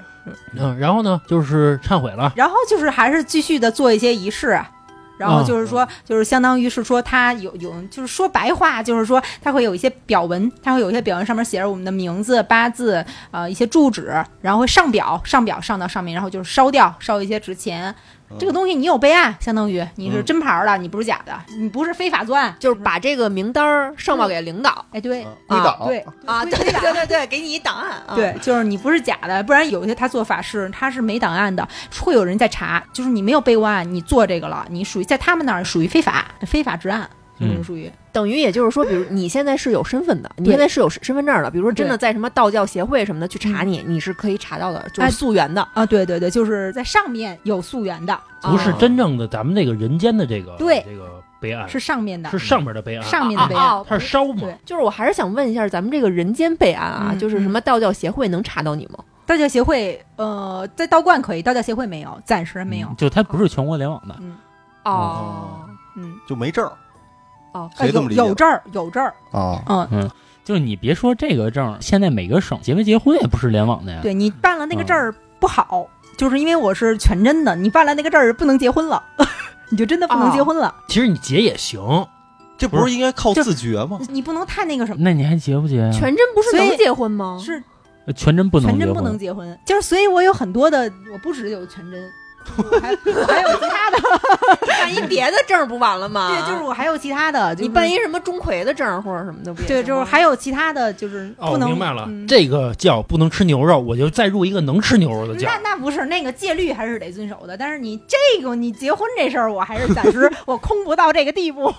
嗯，然后呢，就是忏悔了，
然后就是还是继续的做一些仪式。啊然后就是说，就是相当于是说，他有有，就是说白话，就是说他会有一些表文，他会有一些表文上面写着我们的名字、八字，呃，一些住址，然后会上表，上表上到上面，然后就是烧掉，烧一些值钱。这个东西你有备案，相当于你是真牌儿的，你不是假的，你不是非法作案，
就是把这个名单儿上报给领导
哎，对
归档
对
啊，嗯对
归
对
档
对对对，给你一档案啊。
对，就是你不是假的，不然有些他做法事他是没档案的，会有人在查，就是你没有备案，你做这个了，你属于在他们那儿属于非法非法执案，就是
嗯
属于
等于也就是说，比如你现在是有身份的，你
对
现在是有身份证的，比如说真的
对
在什么道教协会什么的去查你，你是可以查到的，就是溯源的。
啊，对对对，就是在上面有溯源的，
不是
啊
真正的咱们这个人间的这个
哦对
这个悲哀，
是上面的
哎是，上面的悲哀，
上面的备案。
啊啊
它是烧嘛
对，
就是我还是想问一下，咱们这个人间备案啊，
嗯
就是什么道教协会能查到你吗？
道教协会，呃，在道观可以，道教协会没有，暂时还没有
嗯。就他不是全国联网的，
哦
嗯，
就没证儿
哦，
可以这么
有
理解
有证儿，有证儿，
啊。
嗯，
就是你别说这个证儿，现在每个省结没结婚也不是联网的呀。
对你办了那个证儿不好，就是因为我是全真的，你办了那个证儿不能结婚了， 你就真的不能结
哦
婚了，
其实你结也行，
这不是应该靠自觉吗？
你不能太那个什么。
那你还结不结呀、
全真不是
所以
能结婚吗？
是
呃全真不能
全
结
真
婚，
不能结婚，就是所以我有很多的，我不只有全 真，我还我还有其他的，
办一别的证儿不完了吗？
对，就是我还有其他的，就是、
你办一什么钟馗的证儿或者什么的，不也
对，
行
就是
吗
还有其他的，就是不
哦，
能、
明白了，
嗯
这个教不能吃牛肉，我就再入一个能吃牛肉的教
那。那不是那个戒律还是得遵守的，但是你这个你结婚这事儿，我还是暂时 我空不到这个地步。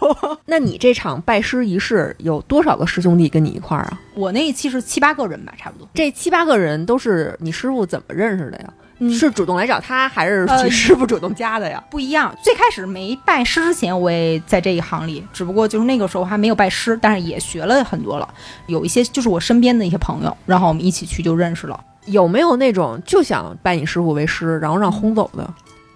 那你这场拜师仪式有多少个师兄弟跟你一块儿啊？
我那一期是七八个人吧，差不多。
这七八个人都是你师傅怎么认识的呀？
嗯
是主动来找他，还是
呃
你师傅主动加的呀？
不一样。最开始没拜师之前，我也在这一行里，只不过就是那个时候还没有拜师，但是也学了很多了。有一些就是我身边的一些朋友，然后我们一起去就认识了。
有没有那种就想拜你师傅为师，然后让轰走的？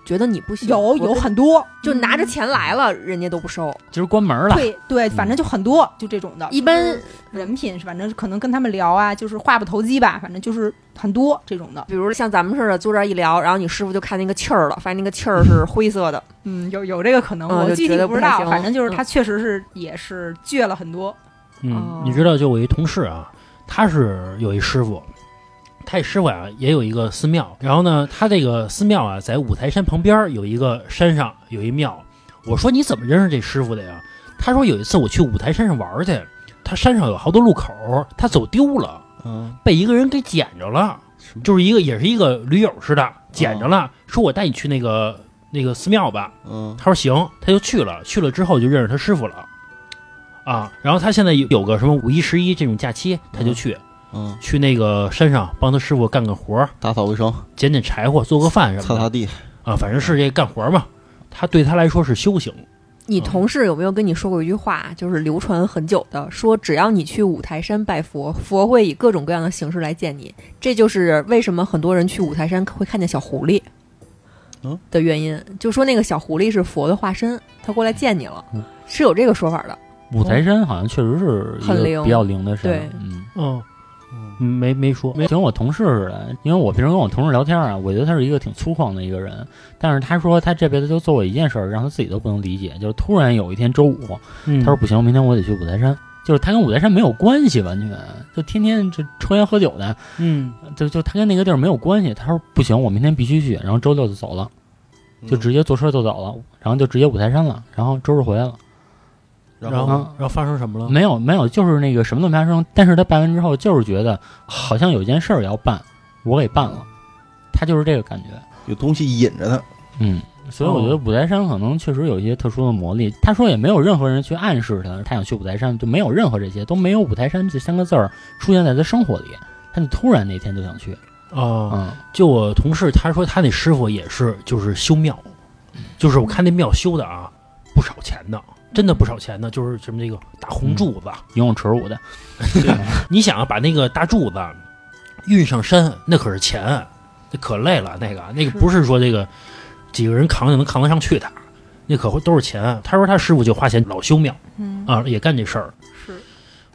觉得你不行，
有
我不
有很多，
就拿
嗯
着钱来了，人家都不收。
今儿关门了。
对对，反正就很多，就这种的。
一般
就是人品是，反正可能跟他们聊啊，就是话不投机吧，反正就是很多这种的。
比如像咱们似的，坐这儿一聊，然后你师傅就看那个气儿了，发现那个气儿是灰色的，
嗯，有有这个可能，
嗯
我
就
具
觉
体
得
不知
不太
道，
行
反正就是
嗯
他确实是也是倔了很多。
哦
嗯，你知道，就我一同事啊，他是有一师傅，他这师傅啊也有一个寺庙，然后呢，他这个寺庙啊在五台山旁边儿有一个山上有一庙。我说你怎么认识这师傅的呀？他说有一次我去五台山上玩儿去，他山上有好多路口儿，他走丢了，
嗯，
被一个人给捡着了
什么，
就是一个也是一个驴友似的捡着了，说我带你去那个那个寺庙吧。
嗯，
他说行，他就去了。去了之后就认识他师傅了，啊，然后他现在有有个什么五一、十一这种假期，他就去、
嗯，
去那个山上帮他师傅干干活儿，
打扫卫生，
捡捡柴火，做个饭什
擦
么
擦
的
地，
啊，反正是这干活儿嘛。他对他来说是修行，
你
嗯
同事有没有跟你说过一句话，就是流传很久的，说只要你去五台山拜佛，佛会以各种各样的形式来见你。这就是为什么很多人去五台山会看见小狐狸
嗯
的原因。就说那个小狐狸是佛的化身，他过来见你了
嗯，
是有这个说法的。
五台山好像确实是一
嗯很灵
个比较灵的山，
对
嗯，
嗯，
嗯
没没说，没
跟我同事似的，因为我平时跟我同事聊天啊，我觉得他是一个挺粗犷的一个人，但是他说他这辈子就做过一件事儿，让他自己都不能理解，就是突然有一天周五，
他
他
嗯
说不行，明天我得去五台山，就是他跟五台山没有关系，完全就天天就抽烟喝酒的，
嗯，
就就他跟那个地儿没有关系。他说不行，我明天必须去，然后周六就走了，
嗯
就
嗯
直接坐车就走了，然后就直接五台山了，然后周日回来了，
然
然后
后
然后发生什么了？
没有没有，就是那个什么都没发生。但是他办完之后，就是觉得好像有件事儿要办，我给办了，他就是这个感觉，
有东西引着他，
嗯。所以我觉
哦
得五台山可能确实有一些特殊的魔力。他说也没有任何人去暗示他，他想去五台山，就没有任何这些，都没有五台山这三个字儿出现在他生活里，他就突然那天就想去，
啊，
嗯，
就我同事他说他那师傅也是，就是修庙，就是我看那庙修的啊，不少钱的，真的不少钱呢，就是什么这个大红柱子，啊
游泳池舞的，
你想啊，把那个大柱子运上山，那可是钱，那可累了。那个那个不是说这个几个人扛就能扛得上去的，那可都是钱。他说他师傅就花钱老修庙
嗯，
啊，也干这事儿
是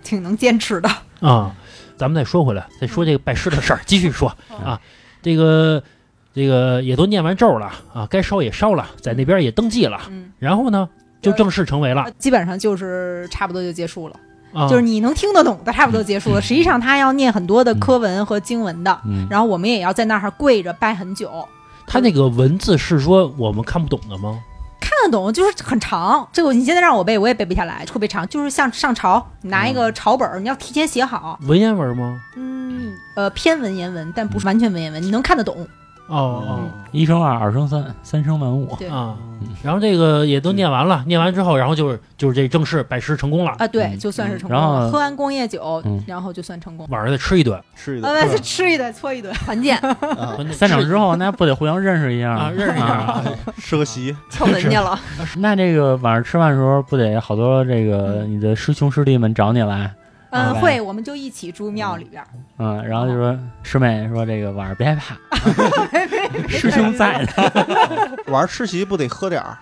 挺能坚持的。
啊。咱们再说回来，再说这个拜师的事
嗯
儿，继续说啊，这个这个也都念完咒了啊，该烧也烧了，在那边也登记了，
嗯，
然后呢就正式成为了
呃基本上就是差不多就结束了，
啊，
就是你能听得懂的，差不多结
嗯
束了。实际上他要念很多的
嗯
科文和经文的，
嗯，
然后我们也要在那儿跪着拜很久。
他那个文字是说我们看不懂的吗？
看得懂，就是很长。这个你现在让我背，我也背不下来，特别长。就是像上朝，你拿一
嗯
个朝本儿，你要提前写好。
文言文吗？
嗯，呃，偏文言文，但不是完全文言文，你能看得懂。
哦
嗯
哦。
一生二，二生三，三生万物，
对
啊，然后这个也都念完了，念完之后，然后就是就是这正式拜师成功了，
啊，对，
嗯
就算是成功
然后
了。喝完工业酒
嗯，
然后就算成功。
晚上再吃一顿
吃一
啊，
顿
再吃一顿，搓一顿，
团建
啊，
散场之后，那不得互相认识一下
啊，认识一下
啊
啊，
吃个席，
敲门去了，
那这个晚上吃饭的时候，不得好多这个你的师兄师弟们找你来，
嗯，
拜
会，我们就一起住庙里边儿。
嗯，然后就
哦
说师妹说这个晚上别害怕， 师兄在呢，
晚上吃席不得喝点儿？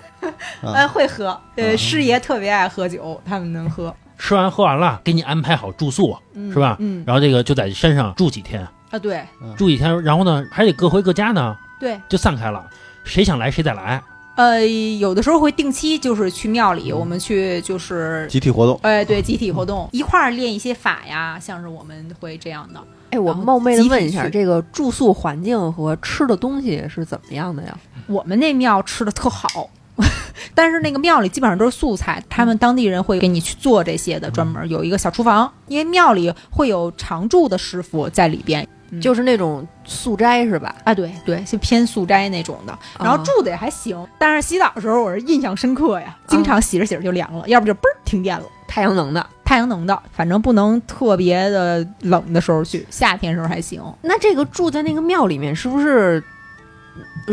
呃，会喝，呃，
嗯
师爷特别爱喝酒，他们能喝，
吃完喝完了，给你安排好住宿，
嗯
是
啊
吧
嗯
然后这个就在山上住几天，
啊，对
住几天，然后呢还得各回各家呢，
对，
就散开了，谁想来谁再来，
呃，有的时候会定期就是去庙里，我们去就是
集体活动，
哎，对，集体活动一块儿练一些法呀，像是我们会这样的。
哎，我
然后
冒昧的
集体
问一下，
去
这个住宿环境和吃的东西是怎么样的呀？
我们那庙吃的特好， 但是那个庙里基本上都是素菜，他们当地人会给你去做这些的，专门有一个小厨房，因为庙里会有常住的师傅在里边。嗯
就是那种素斋是吧？
啊，对对，就偏素斋那种的，然后
啊
住的也还行，但是洗澡的时候我是印象深刻呀，经常洗着洗着就凉了，要不就嘣儿停电了。
太阳能的。
太阳能的，反正不能特别的冷的时候去，夏天时候还行。
那这个住在那个庙里面，是不是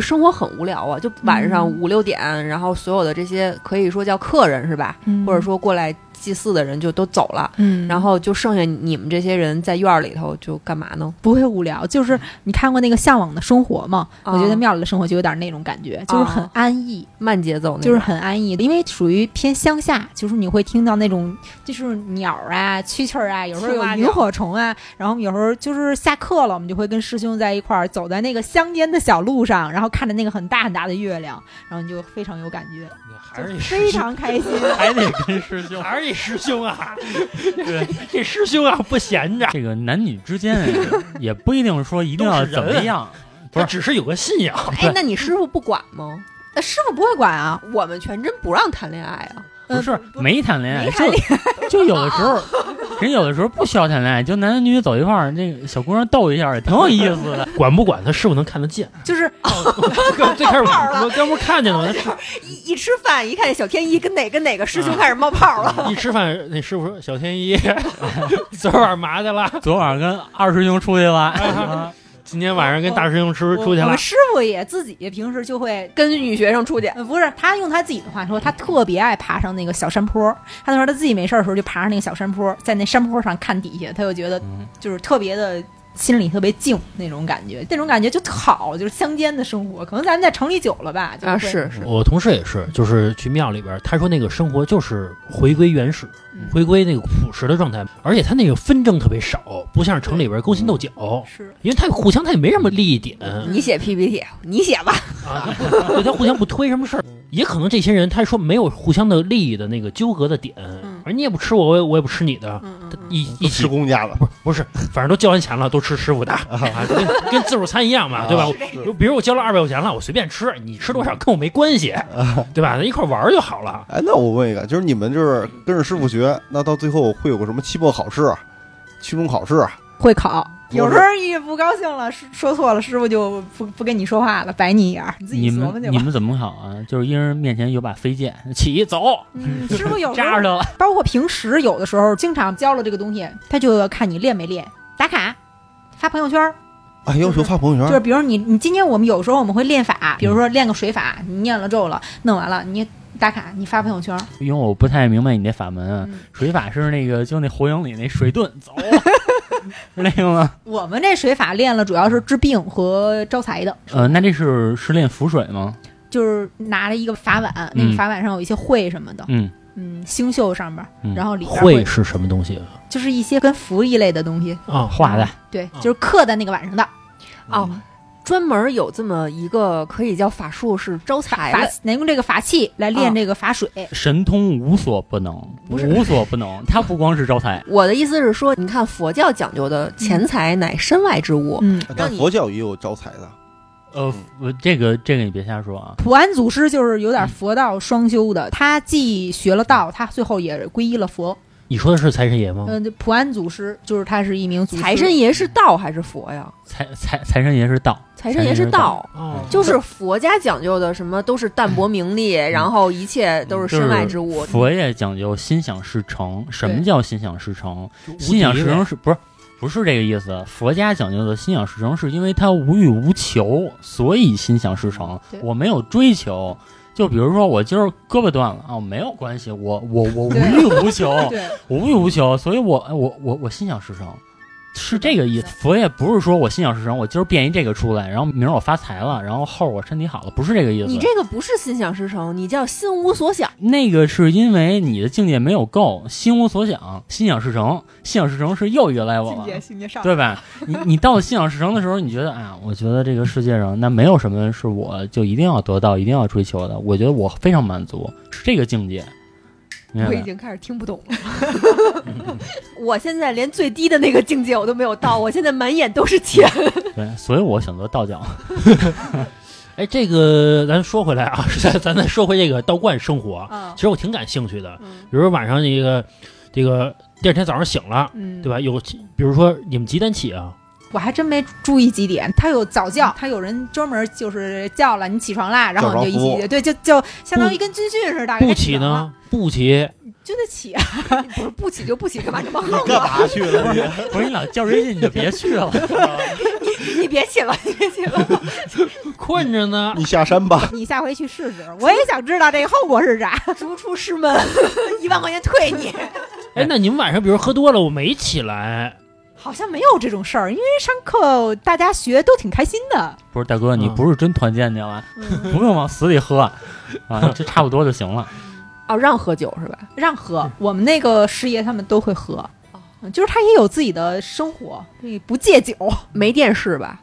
生活很无聊啊？就晚上
嗯
五六点，然后所有的这些可以说叫客人是吧？或者，说过来祭祀的人就都走了，
嗯，
然后就剩下你们这些人在院儿里头就干嘛呢？
不会无聊，就是你看过那个《向往的生活》吗？我觉得
啊
庙里的生活就有点那种感觉，就是很安逸，
慢节奏那
就是
种，
很安逸的，因为属于偏乡下，就是你会听到那种就是鸟啊、蛐蛐儿啊，有时候
青
有
蛙
萤
叫
火虫啊，然后有时候就是下课了，我们就会跟师兄在一块儿走在那个乡间的小路上，然后看着那个很大很大的月亮，然后你就非常有感觉，
还是
就
得
非常开心。
还得跟 师兄。
还是得师兄 啊，对，这师兄啊不闲着，
这个男女之间啊也不一定说一定要怎么样，
不是只是有个信仰，
哎，那你师傅不管吗？
那呃师傅不会管啊，
我们全真不让谈恋爱啊！
不是没谈恋爱，
呃没谈恋
就就有的时候，人有的时候不需要谈恋爱，就男男女女走一块儿，这个小姑娘逗一下也挺有意思的。
管不管他师傅能看得见。
就是
最开始我刚不是看见了吗？
一一吃饭一看见小天一跟哪跟哪个师兄开始冒泡了，
一吃饭，那师傅说：“小天一， 昨晚上麻去了，
昨晚上跟二师兄出去了，
哎
啊
今天晚上跟大师兄出出去
我
了
们。师傅也自己平时就会
跟女学生出去，
呃，不是，他用他自己的话说，他特别爱爬上那个小山坡。他说他自己没事儿的时候就爬上那个小山坡，在那山坡上看底下，他就觉得
嗯
就是特别的。心里特别静那种感觉，那种感觉就特好，就是乡间的生活。可能咱们在城里久了吧，就
啊，
会
是是，
我同事也是，就是去庙里边，他说那个生活就是回归原始，
嗯
回归那个朴实的状态，而且他那个纷争特别少，不像是城里边勾心斗角，
是
因为他互相他也没什么利益点
你写 PPT，你写吧，
啊， 他不对他互相不推什么事儿，也可能这些人他说没有互相的利益的那个纠葛的点，而你也不吃我，我也我也不吃你的，
嗯
他一
都
一
吃
起
公家了，
不是不是，反正都交完钱了，都吃师傅的啊，就跟跟自助餐一样嘛，对吧？
啊
我就比如我交了二百块钱了，我随便吃，你吃多少跟我没关系， 对吧？咱一块玩儿就好了。
哎，那我问一个，就是你们就是跟着师傅学，那到最后会有个什么期末考试、期中考试？啊
会考。
我
有时候一不高兴了，师说错了，师傅就不不跟你说话了，白你一眼儿，你自
你
己琢磨
们
去
你
吧。
们怎么考啊？就是一人面前有把飞剑，起
哦
走，
嗯，师傅 有时
扎
候
着了。
包括平时有的时候，经常教了这个东西，他就要看你练没练，打卡，发朋友圈儿，
哎
啊，要求发朋友
就是
圈，
比如你，你今天我们有时候我们会练法，比如说练个水法，你念了咒了，弄完了，你打卡，你发朋友圈。
因为我不太明白你那法门啊。
嗯
水法是那个就那火影里那水遁， 走了，是那个吗？
我们这水法练了，主要是治病和招财的，
呃，那这是是练浮水吗？
哦就是拿了一个法碗，那个法碗上有一些会什么的，
嗯，
嗯，星宿上面，
嗯
然后里边
会是什么东西
啊
就是一些跟符一类的东西，
啊？
画的，
对
啊，
就是刻在那个碗上的
哦，专门有这么一个可以叫法术是招财
法
的，，
能用这个法器来练
啊
这个法水。
神通无所不能，
不是
无所不 能。他不光是招财，
我的意思是说，你看佛教讲究的钱财乃身外之物，
嗯，
嗯
但
让你
佛教也有招财的，
呃，我这个这个你别瞎说啊。
普安祖师就是有点佛道双修的，他既学了道，他最后也皈依了佛。
你说的是财神爷吗？
嗯、普安祖师就是他是一名祖师
财神爷是道还是佛呀？
财财财神爷是道，
财神爷是道。
哦
就是佛家讲究的什么都是淡泊名利，然后一切都是身外之物。
嗯佛爷讲究心想事成。什么
对
叫心想事成？
无敌
心想事
呗
成是不是不是这个意思？佛家讲究的心想事成，是因为他无欲无求，所以心想事成
对。
我没有追求，就比如说我今儿胳膊断了啊，没有关系，我我我无
对
欲无求，
对，
我无欲无求，所以我哎我我我心想事成。是这个意思，佛爷不是说我心想事成，我今儿变一这个出来，然后明儿我发财了，然后后儿我身体好了，不是这个意思。
你这个不是心想事成，你叫心无所想。
那个是因为你的境界没有够，心无所想，心想事成，心想事成是又一个
哦
level 了。
心界上
对吧？你你到心想事成的时候，你觉得啊，我觉得这个世界上那没有什么是我就一定要得到、一定要追求的。我觉得我非常满足，是这个境界。明白
我
没
已经开始听不懂 了，我现在连最低的那个境界我都没有到，我现在满眼都是 钱。
对，所以我选择道教。
哎，这个咱说回来啊， 咱咱再说回这个道观生活啊，
啊
其，实我挺感兴趣的。
嗯
比如晚上这个这个第二天早上醒了，
嗯，
对？吧？有比如说你们几点起啊？
我还真没注意几点，他有早教，他有人专门就是叫了你起床啦，然后你就
早上
一
服
起，对，就就相当于跟军训似的，大概
不起呢？不 起，
就得起啊，
不是不起就不起，干嘛这么横
干
啊？
嘛去了你？
不是你老较真劲，你就别去了。
你别起了，你别起 了。
困着呢。
你下山吧。
你下回去试试，我也想知道这个后果是啥。
逐出师门， 一万块钱退你。
哎，那你们晚上比如喝多了，我没起来，
好像没有这种事儿，因为上课大家学都挺开心的。
不是大哥，你
嗯
不是真团建去了，
嗯
不用往死里喝啊，这差不多就行了。
哦，让喝酒是吧？
让喝，我们那个师爷他们都会喝
哦，
嗯就是他也有自己的生活，对不戒酒。
没电视吧？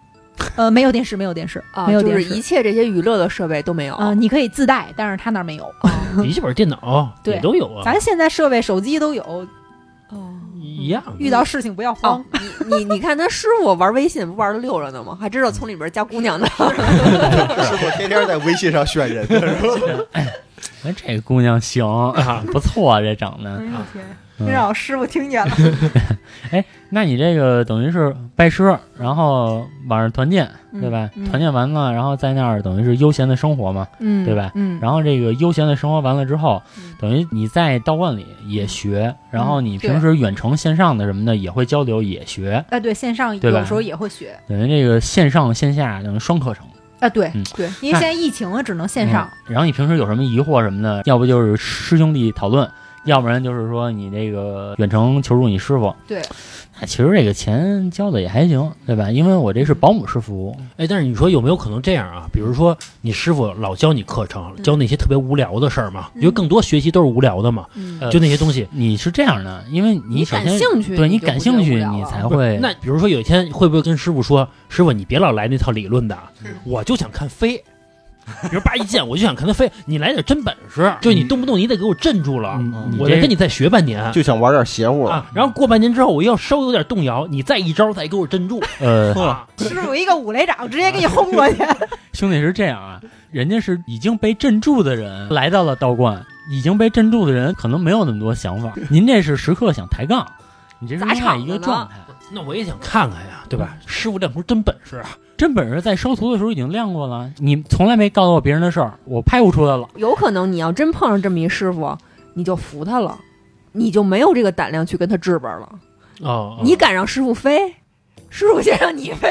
呃，没有电视，没有电视，
啊，
没有
就
电
是
视
一。切这些娱乐的设备都没有。
呃，你可以自带，但是他那儿没有。
哦
笔记本电脑
对
也都有啊，
咱现在设备、手机都有，
哦
一样。
遇到事情不要
哦
慌。，
你你你看他师傅玩微信不玩的溜着呢吗？还知道从里边加姑娘的。
师傅天天在微信上选人呢，是吧？
哎，这个姑娘行啊，不错啊，这长得。
呦
嗯
天，真让我师傅听见了。
那你这个等于是拜师，然后晚上团建，对吧？
嗯嗯
团建完了，然后在那儿等于是悠闲的生活嘛。
嗯
对吧
嗯，
然后这个悠闲的生活完了之后
嗯，
等于你在道观里也学，
嗯
然后你
对
平时远程线上的什么的也会交流，也学，
哎，对，线上
对吧
有时候也会学。
等于这个线上线下等于双课程。
啊，对
嗯
对，因为现在疫情了，只能线上。
嗯然后你平时有什么疑惑什么的，要不就是师兄弟讨论，要不然就是说你这个远程求助你师傅。
对，
那其实这个钱交的也还行，对吧？因为我这是保姆式服务，
哎，但是你说有没有可能这样啊？比如说你师傅老教你课
嗯
程，教那些特别无聊的事儿嘛，因为更多学习都是无聊的嘛，
嗯
呃
就那些东西。
你是这样的，因为你首
感
先
兴趣，
对你
就
感
不觉得
兴
无
趣，
聊
你
了
才会
那比如说有一天会不会跟师傅说：“师傅，你别老来那套理论的，
嗯
我就想看飞。”比如叭一见，我就想看他飞。你来点真本事，就你动不动你得给我镇住了，
嗯你
我
这
再跟你再学半年
就想玩点邪乎了
啊。。然后过半年之后，我要稍微有点动摇，你再一招再给我镇住。
呃，
啊
师傅一个五雷掌，直接给你轰过去。
嗯 兄弟是这样啊，人家是已经被镇住的人来到了道观，已经被镇住的人可能没有那么多想法，您这是时刻想抬杠，你这是
砸
另外
场
一
子
个
呢
状态。
那我也想看看呀，对吧？师傅亮出真本事啊！
真本事在收徒的时候已经亮过了，你从来没告诉我别人的事儿，我拍不出来了。
有可能你要真碰上这么一师傅，你就服他了，你就没有这个胆量去跟他治本了。
哦，
你敢让师傅飞，师傅先让你飞。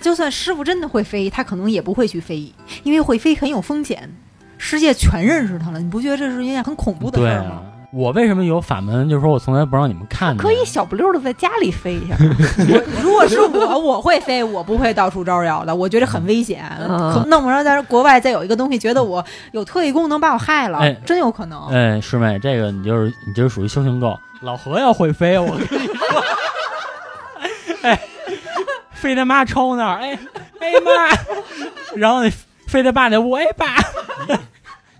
就算师傅真的会飞，他可能也不会去飞，因为会飞很有风险。世界全认识他了，你不觉得这是一件很恐怖的事
对
儿
啊
吗？，
我为什么有法门？就是说我从来不让你们看见。
可以小不溜的在家里飞一下，
如果是我，我会飞，我不会到处招摇的，我觉得很危险。
嗯
可弄不着在国外再有一个东西，觉得我有特异功能把我害了，
哎
真有可能。
哎，师妹，这个你就是你就是属于修行够。老何要会飞，我跟你 说，哎，飞他妈抽那儿，哎哎妈， 然后那飞他爸那屋，哎爸，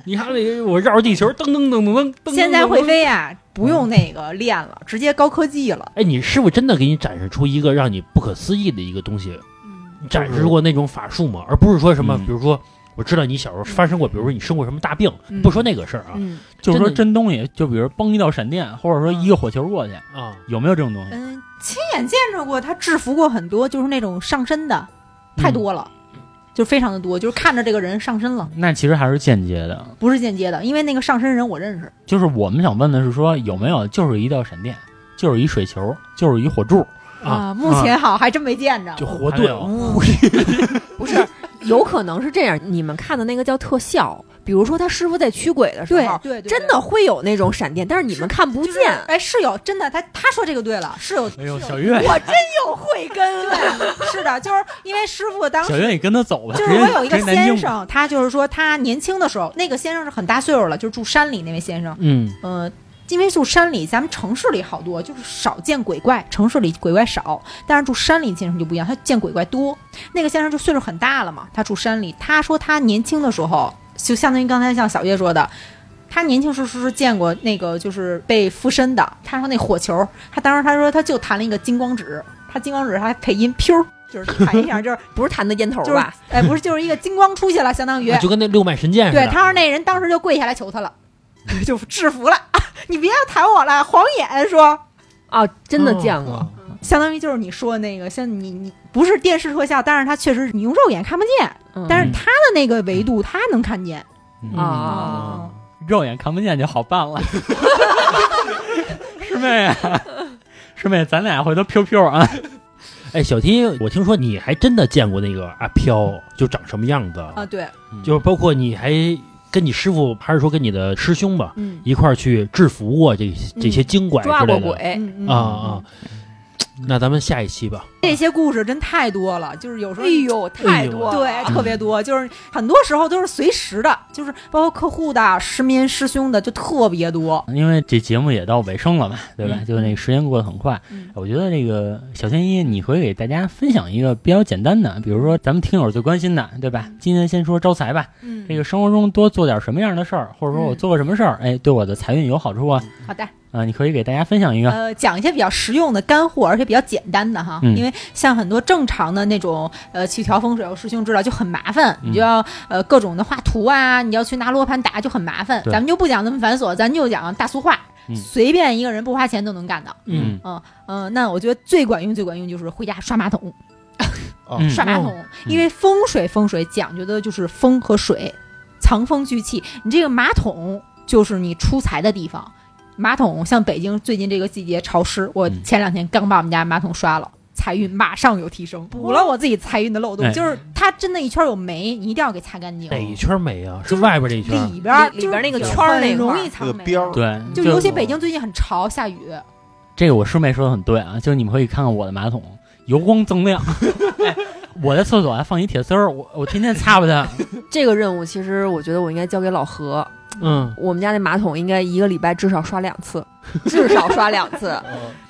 你看那我绕着地球噔噔噔噔噔噔，
现在会。飞呀、不用那个练了，直接高科技了。
哎，你师傅真的给你展示出一个让你不可思议的一个东西，你展示过那种法术吗？而不是说什么，
嗯
比如说我知道你小时候发生过，比如说你生过什么大病，
嗯
不说那个事儿啊
嗯
就是说
真的
真东西，就比如崩一道闪电，或者说一个火球过去，
啊，
有没有这种东西？
嗯，亲眼见着过，他制服过很多，就是那种上身的，太多了，就非常的多，就是看着这个人上身了，
那其实还是间接的。
不是间接的，因为那个上身人我认识。
就是我们想问的是说，有没有就是一道闪电，就是一水球，就是一火柱？
啊
目前好还真没见着。
就活
还没有
动
嗯
不是，有可能是这样。你们看的那个叫特效，比如说他师傅在驱鬼的时
对
候，
对对，
真的会有那种闪电，但是你们看不
不
见。
哎，是有真的，他他说这个对了，是有。
哎呦，小月，
我真有慧 根，
对，是的，就是因为师傅当时
小月，你跟他走吧。
就是
直接
我有一个
直接南京
先生，他就是说他年轻的时候，那个先生是很大岁数了，就是住山里那位先生，
嗯，
呃。因为住山里，咱们城市里好多就是少见鬼怪，城市里鬼怪少，但是住山里先生就不一样，他见鬼怪多。那个先生就岁数很大了嘛，他住山里，他说他年轻的时候，就相当于刚才像小叶说的，他年轻时候是见过那个就是被附身的，他说那火球，他当时他说他就弹了一个金光指，他金光指还配音飘，就是弹一下就是
不是弹的烟头
就是
吧？
哎，不是，就是一个金光出去了，相当于
啊就跟那六脉神剑似的。
对，他说那人当时就跪下来求他了， 就制服了， 你别要弹我了，晃眼说，
啊，真的见过。
哦
相当于就是你说的那个，像你你不是电视特效，但是他确实你用肉眼看不见，
嗯
但是他的那个维度他能看见，
嗯
啊，
肉眼看不见就好办了。 师妹啊，师妹，咱俩回头飘飘啊。
哎，小 T，我听说你还真的见过那个阿飘，就长什么样子？
啊，
哎
对，
就是包括你还跟你师傅，还是说跟你的师兄吧，
嗯
一块儿去制服过这这些精怪之
嗯抓过
类的、
鬼，嗯
嗯嗯
啊啊。那咱们下一期吧。
这些故事真太多了，就是有时候
哎呦，太多了。
对，特别多，就是很多时候都是随时的，就是包括客户的、师民、师兄的，就特别多。
因为这节目也到尾声了嘛，对吧？
嗯
就那个时间过得很快。
嗯
我觉得这个小天一，你可以给大家分享一个比较简单的，比如说咱们听友最关心的，对吧？今天先说招财吧，
嗯
这个生活中多做点什么样的事儿，或者说我
嗯
做过什么事儿，哎，对我的财运有好处啊。
好的。
啊，你可以给大家分享一个。
呃，讲一些比较实用的干货，而且比较简单的哈，
嗯
因为像很多正常的那种呃去调风水，我师兄知道就很麻烦，
嗯
你就要呃各种的画图啊，你要去拿罗盘打就很麻烦。
对
咱们就不讲那么繁琐，咱就讲大俗化，
嗯
随便一个人不花钱都能干的。
嗯，
嗯、那我觉得最管用、最管用就是回家刷马桶，
啊
嗯
刷马桶，因为风水风水讲究的就是风和水，藏风聚气。你这个马桶就是你出财的地方。马桶像北京最近这个季节潮湿，我
嗯
前两天刚把我们家马桶刷了，财运马上有提升，补
哦
了我自己财运的漏洞。
哎
就是它真的一圈有霉，你一定要给擦干净。
哪一圈没啊？是外边那一圈。
里边儿
里里边那个
就是
圈儿那
很
块儿
容易藏
那个
霉，
边儿
对，
就
就
尤其北京最近很潮，下雨。
这个我师妹说的很对啊，就是你们可以看看我的马桶油光锃亮， 哎我在厕所还放一铁丝儿，我我天天擦吧它。
这个任务其实我觉得我应该交给老何，
嗯，
我们家那马桶应该一个礼拜至少刷两次，至少刷两次。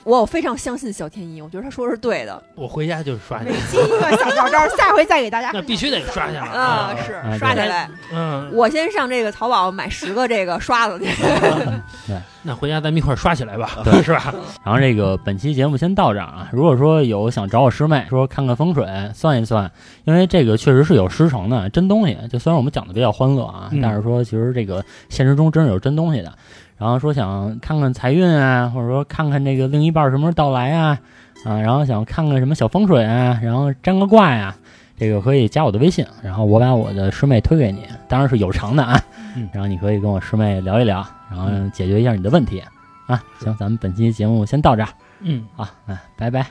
我非常相信小天一，我觉得他说的是对的
我回家就刷去
每，期一个小妙招，下回再给大家
那必须得刷下来
啊，
嗯
是
啊
刷
对
下来。
嗯，
我先上这个淘宝买十个这个刷子去。
那回家咱们一块儿刷起来吧，
对
是吧？
然后这个本期节目先到这儿啊。如果说有想找我师妹说看看风水算一算，因为这个确实是有师承的真东西。就虽然我们讲的比较欢乐啊，
嗯
但是说其实这个现实中真是有真东西的。然后说想看看财运啊，或者说看看这个另一半什么时候到来啊，啊，然后想看看什么小风水啊，然后占个卦呀、这个可以加我的微信，然后我把我的师妹推给你，当然是有偿的啊。
嗯
然后你可以跟我师妹聊一聊，然后解决一下你的问题啊。行，咱们本期节目先到这儿。
嗯。
好，嗯，拜拜。